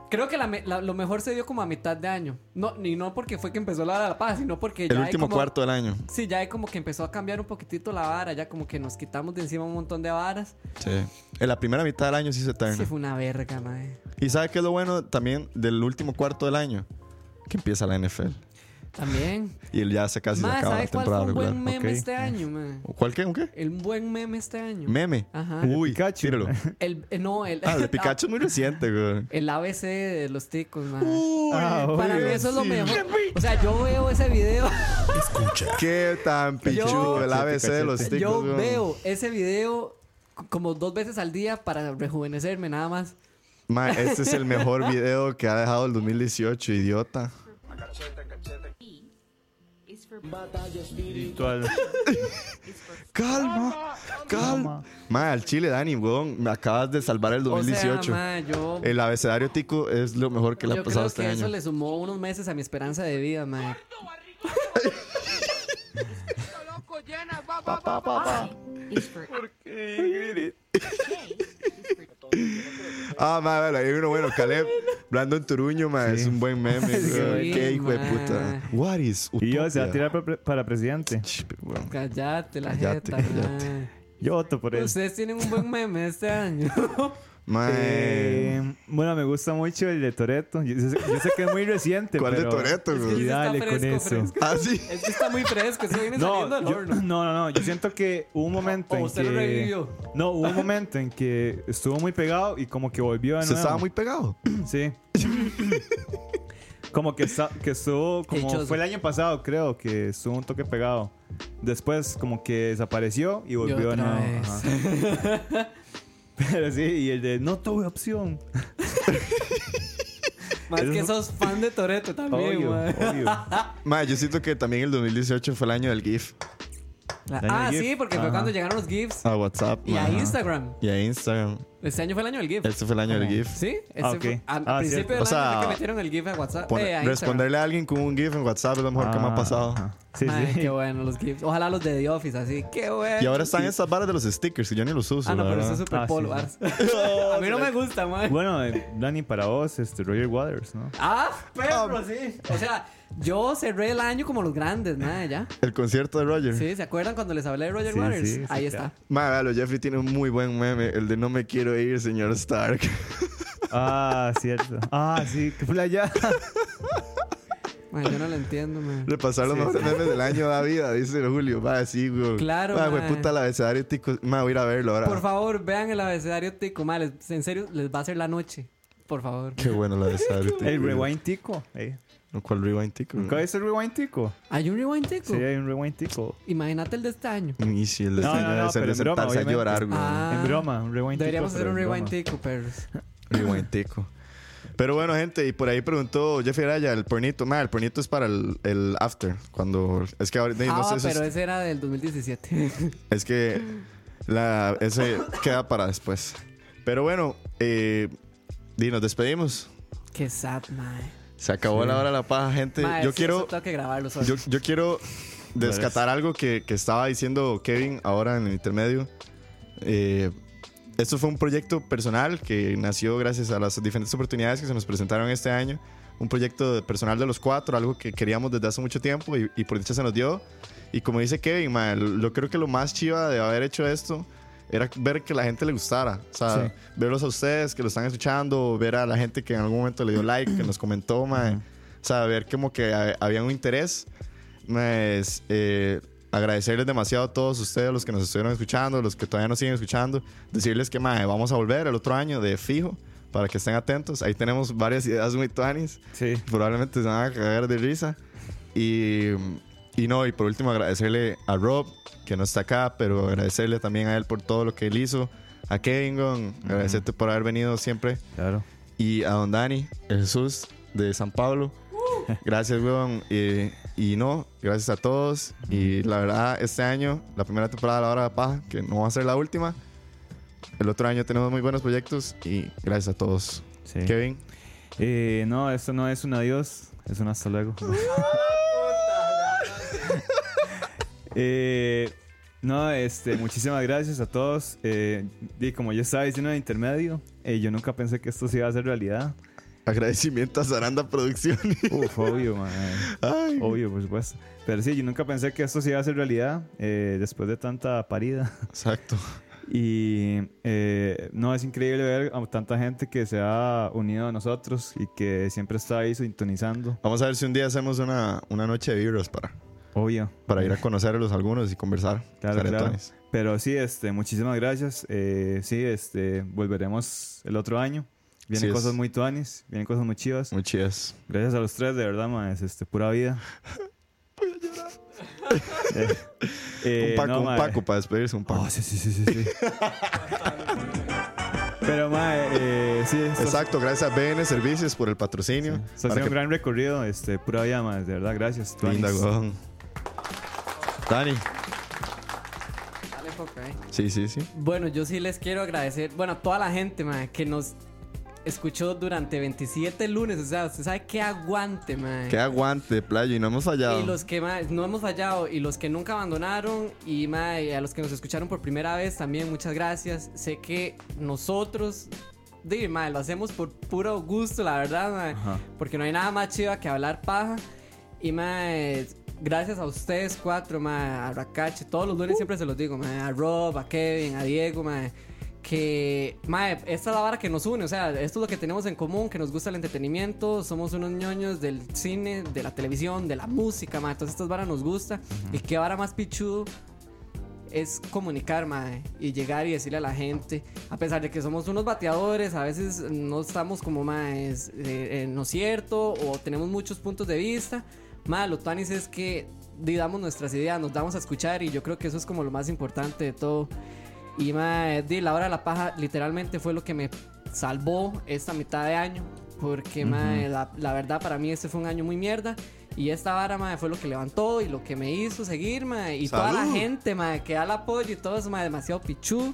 Creo que la me- la- lo mejor se dio como a mitad de año. No, y no porque fue que empezó la hora de la paja, sino porque
El
ya hay
último
como-
cuarto del año.
Sí, ya hay como que empezó a cambiar un poquitito la vara, ya como que nos quitamos de encima un montón de varas.
Sí. En la primera mitad del año sí se termina.
Sí, fue una verga, madre.
Y sabe qué es lo bueno también del último cuarto del año? Que empieza la NFL.
También.
Y él ya se casi se
Madre,
acaba la
¿sabes cuál fue
temporada
un
regular.
buen meme
Ok.
este año, madre?
¿Cuál qué? ¿Un qué?
El buen meme este año.
Meme.
Ajá.
Uy,
Pikachu.
tíralo.
El, eh, no, el.
Ah, el de Pikachu es muy reciente, güey.
El ABC de los ticos, madre.
Uh,
Ah,
Para mí
obvio,
eso es lo
sí.
mejor. O sea, yo veo ese video.
Qué tan pichudo el
Cachete,
ABC de los
cachete.
ticos.
Yo
güey.
veo ese video c- como dos veces al día para rejuvenecerme nada más.
Ma, este es el mejor video que ha dejado el 2018, idiota.
Virtual.
Calma, calma. Ma, al chile, Dani, weón, me acabas de salvar el
O sea,
2018.
ma, yo,
el abecedario tico es lo mejor que le ha
yo
pasado
creo
este
que eso
año.
le sumó unos meses a mi esperanza de vida, madre.
Ah, ma, bueno, hay uno bueno, Caleb. Brandon Turuño, ma, es un buen meme. weón.
Sí,
Qué hijo de
ma.
puta. What is
Y yo se va a
utopia?
tirar pa- pre- para presidente.
Ch, weón.
Eh. Cállate la
Cállate,
jeta,
cállate.
madre.
Yo voto por él.
Ustedes tienen un buen meme este año.
Ma,
Eh, bueno, me gusta mucho el de Toreto. Yo, sé- yo sé que es muy reciente.
¿Cuál de
pero-
Toreto,
Y
güey?
Está
dale con
fresco,
eso.
fresco.
Ah, sí.
Es que está muy fresco, se viene
No,
saliendo del
yo-
horno.
no, no, no. Yo siento que hubo un momento
O
en
usted
que.
lo revivió.
No, hubo un momento en que estuvo muy pegado y como que volvió de
Se
nuevo.
estaba muy pegado.
Sí. como que, esta- que estuvo. Como
Dichoso.
fue el año pasado, creo, que estuvo un toque pegado. Después, como que desapareció y volvió
Y
de
otra
nuevo.
vez.
Ajá. Pero sí, y el de no tuve opción.
Más que sos fan de Toreto también,
Obvio,
mae.
obvio.
Ma, yo siento que también el 2018 fue el año del GIF
La-
Daniel
Ah,
Giff.
sí, porque fue
Ajá.
cuando llegaron los GIFs
a WhatsApp.
y a
ma.
Instagram.
Y a Instagram.
Este año fue el año del GIF.
Este fue el año del GIF.
¿Sí? Este
Ah, ok.
fue- al
Ah,
principio
cierto.
del
O sea,
año fue que metieron el GIF a WhatsApp.
Pone-
eh, a Instagram.
responderle a alguien con un GIF en WhatsApp es lo mejor que me ha
Ah,
pasado.
ajá. Sí,
Mae,
sí.
qué bueno los GIFs. Ojalá los de The Office, así. Qué bueno.
Y ahora están estas barras de los stickers que yo ni los uso.
Ah, no,
la
pero eso
verdad.
es super
Ah, sí,
polo,
sí.
Ars. A mí no me gusta, man.
Bueno, eh, Dani, para vos, este, Roger Waters, ¿no?
Ah, perro, sí. O sea, yo cerré el año como los grandes, nada, ya.
El concierto de Roger.
Sí, ¿se acuerdan cuando les hablé de Roger
Sí,
Waters?
sí, sí,
Ahí
claro.
está.
Ma, véalo, Jeffrey tiene un muy buen meme, el de no me quiero ir, señor Stark.
Ah, cierto. Ah, sí, qué playa.
Man, yo no lo entiendo, man.
Repasar los mejores memes del año da vida, dice Julio. Va, sí, güey.
Claro,
Va,
ma.
güey, puta la abecedario tico. Ma, voy a ir a verlo ahora.
Por favor, vean el abecedario tico, man. les- en serio, les va a hacer la noche. Por favor.
Qué bueno la abecedario tico.
El Rewind Tico. eh.
¿Cuál rewind tico?
Mm.
güey?
¿Cuál es el Rewind Tico?
Hay un rewind
Sí,
tico.
hay un Rewind Tico.
Imagínate el de este año.
Mm, Y si el
No,
destino
no, no,
de ser
pero
de
en broma,
sentarse a
obviamente.
llorar, güey.
Ah,
en broma, un Rewind
Deberíamos
Tico.
hacer
pero
un
en
rewind
broma.
tico, perros.
Rewind tico. Pero bueno, gente, y por ahí preguntó Jeffrey Araya, el pornito. Ma, el pornito es para el, el after. Cuando. Es que ahorita. no
ah,
sé, eso es-
pero ese era del 2017.
Es que la, ese queda para después. Pero bueno, eh, y nos despedimos.
Qué sad, man.
Se acabó la hora de la paja, gente.
Mae,
yo
sí,
quiero,
eso Tengo que grabarlo solo.
yo, yo quiero descatar algo que, que estaba diciendo Kevin ahora en el intermedio. Eh, esto fue un proyecto personal que nació gracias a las diferentes oportunidades que se nos presentaron este año. Un proyecto de- personal de los cuatro, algo que queríamos desde hace mucho tiempo y, y por dicha se nos dio. Y como dice Kevin, ma, lo- yo creo que lo más chiva de haber hecho esto era ver que la gente le gustara. O sea,
Sí.
verlos a ustedes que lo están escuchando, ver a la gente que en algún momento le dio like, que nos comentó, ma. O sea, ver como que ha- había un interés. Pues, eh, agradecerles demasiado a todos ustedes, los que nos estuvieron escuchando, los que todavía nos siguen escuchando. Decirles que mae, vamos a volver el otro año de fijo para que estén atentos. Ahí tenemos varias ideas muy tuanis.
Sí.
Probablemente se van a cagar de risa. Y, y no, y por último agradecerle a Rob, que no está acá, pero agradecerle también a él por todo lo que él hizo. A Kevin, Gon, agradecerte por haber venido siempre
Claro.
y a Don Dani, el Jesús de San Pablo.
Uh.
Gracias, weón. Y, y no, gracias a todos. Y la verdad, este año, la primera temporada de La Hora de la Paja, que no va a ser la última. El otro año tenemos muy buenos proyectos y gracias a todos.
Sí.
Kevin,
Eh, no, esto no es un adiós, es un hasta luego. Eh, no, este, muchísimas gracias a todos. Eh, y como yo estaba diciendo en el intermedio, eh, yo nunca pensé que esto se iba a hacer realidad.
agradecimiento a Saranda Producciones.
Uf, obvio, man.
Ay.
Obvio, por supuesto. Pero sí, yo nunca pensé que esto se iba a hacer realidad eh, después de tanta parida.
Exacto.
Y eh, no, es increíble ver a tanta gente que se ha unido a nosotros y que siempre está ahí sintonizando.
Vamos a ver si un día hacemos una, una noche de vibras para,
Obvio.
para ir a conocerlos algunos y conversar.
Claro, claro.
Saretones.
Pero sí, este, muchísimas gracias. Eh, sí, este, volveremos el otro año. Vienen
Así es.
cosas muy tuanis, vienen cosas muy chivas.
Muy chidas.
Gracias a los tres, de verdad, maes, este, pura vida. Eh,
un Paco,
no,
un
mae.
Paco para despedirse, un Paco.
Oh, sí, sí, sí, sí, sí. Pero, mae, eh, sí, esto-
Exacto, gracias a BN Servicios por el patrocinio.
esto ha
Para
sido un
que-
gran recorrido, este, pura vida, maes, de verdad, gracias. tuanis.
Linda, weón. Dani.
Dale, foca, eh.
Sí, sí, sí.
Bueno, yo sí les quiero agradecer, bueno, a toda la gente, ma, que nos escuchó durante 27 lunes, o sea, usted sabe qué aguante, ma.
Que aguante, playa, y no hemos fallado.
Y los que ma, no hemos fallado y los que nunca abandonaron y, ma, y a los que nos escucharon por primera vez también, muchas gracias. Sé que nosotros, de, ma, lo hacemos por puro gusto, la verdad, ma,
Ajá.
porque no hay nada más chiva que hablar paja. Y ma, es- gracias a ustedes cuatro, ma, a Racache, todos los lunes siempre se los digo, ma, a Rob, a Kevin, a Diego, ma, que ma, esta es la vara que nos une, o sea, esto es lo que tenemos en común, que nos gusta el entretenimiento, somos unos ñoños del cine, de la televisión, de la música, ma, entonces estas varas nos gusta y qué vara más pichudo es comunicar, mae, y llegar y decirle a la gente, a pesar de que somos unos bateadores, a veces no estamos como más no cierto o tenemos muchos puntos de vista, mae, lo tuanis es que di, damos nuestras ideas, nos damos a escuchar y yo creo que eso es como lo más importante de todo. Y mae, di, la hora de la paja literalmente fue lo que me salvó esta mitad de año. Porque, mae, la, la verdad, para mí este fue un año muy mierda. Y esta vara, mae, fue lo que levantó y lo que me hizo seguir, mae. Y toda la
¡Salud!
gente, mae, que da el apoyo y todo eso, mae, demasiado pichú.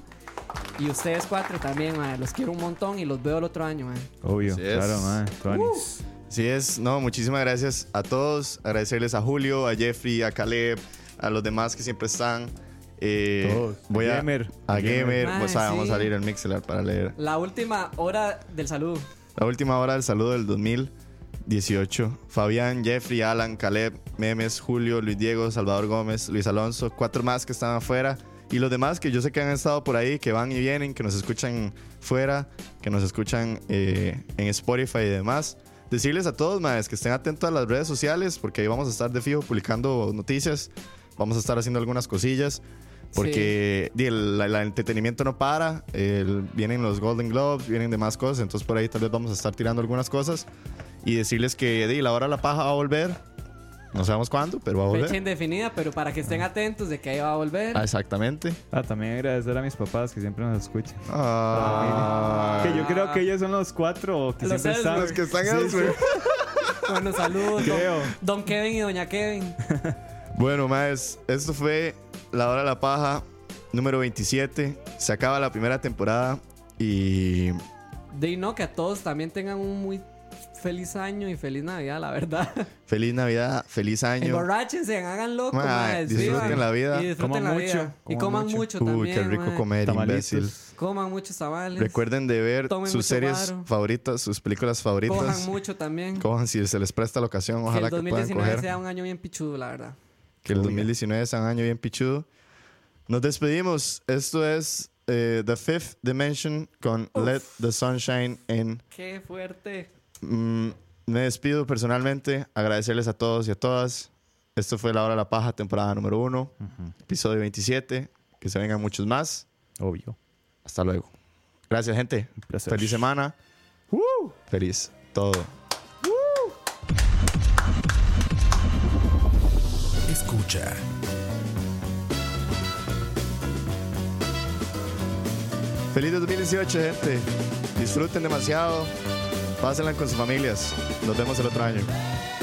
Y ustedes cuatro también, mae, los quiero un montón y los veo el otro año, mae.
Obvio,
Así es.
claro, mae. Tuanis.
Sí es, no, muchísimas gracias a todos. Agradecerles a Julio, a Jeffrey, a Caleb, a los demás que siempre están. Eh,
Todos.
Voy
A
a,
Gamer.
A Gamer,
Mae,
pues, ah, vamos
sí.
a salir al Mixelar para leer.
La última hora del saludo.
La última hora del saludo del 2018. Fabián, Jeffrey, Alan, Caleb, Memes, Julio, Luis Diego, Salvador Gómez, Luis Alonso, cuatro más que están afuera. Y los demás que yo sé que han estado por ahí, que van y vienen, que nos escuchan fuera, que nos escuchan eh, en Spotify y demás. Decirles a todos, maes, que estén atentos a las redes sociales, porque ahí vamos a estar de fijo publicando noticias. Vamos a estar haciendo algunas cosillas. Porque di, el, la- la- el entretenimiento no para. el- vienen los Golden Globes, vienen demás cosas. Entonces por ahí tal vez vamos a estar tirando algunas cosas. Y decirles que di, la hora de la paja va a volver. No sabemos cuándo, pero va a
Fecha
volver.
indefinida, pero para que estén atentos de que ahí va a volver.
Ah, exactamente.
Ah, también agradecer a mis papás que siempre nos escuchan.
Ah,
Que yo creo que ellos son los cuatro que
Los
siempre están.
Ellsberg.
que están
Sí,
en el-
sí.
Bueno, saludos.
Creo.
Don, don Kevin y Doña Kevin.
Bueno, maes, esto fue La Hora de la Paja número 27. Se acaba la primera temporada y
De no, que a todos también tengan un muy feliz año y feliz Navidad, la verdad.
feliz Navidad, feliz año.
Emborráchense, hagan loco,
Ma,
mae,
disfruten
escriban.
la vida.
Y disfruten
Coman
la
mucho,
vida. Y
coman
coman
mucho.
mucho,
Uy,
también.
qué rico
mae.
comer,
Tamalitos.
imbécil.
Coman muchos tamales.
Recuerden de ver
Tomen
sus
mucho
series
varo.
favoritas, sus películas favoritas.
Cojan mucho también.
Cojan si se les presta la ocasión,
que el
ojalá que, puedan
2019
coger.
sea un año bien pichudo, la verdad.
Que el 2019 sea un año bien pichudo. Nos despedimos. Esto es eh, The Fifth Dimension con Let the Sunshine In.
Qué fuerte.
Mm, me despido personalmente. Agradecerles a todos y a todas. Esto fue La Hora de la Paja, temporada número 1, episodio 27. Que se vengan muchos más.
Obvio.
Hasta luego. Gracias, gente.
placer.
Feliz semana. Feliz todo.
Escucha.
Feliz 2018, gente. Disfruten demasiado. Pásenla con sus familias. Nos vemos el otro año.
Ah,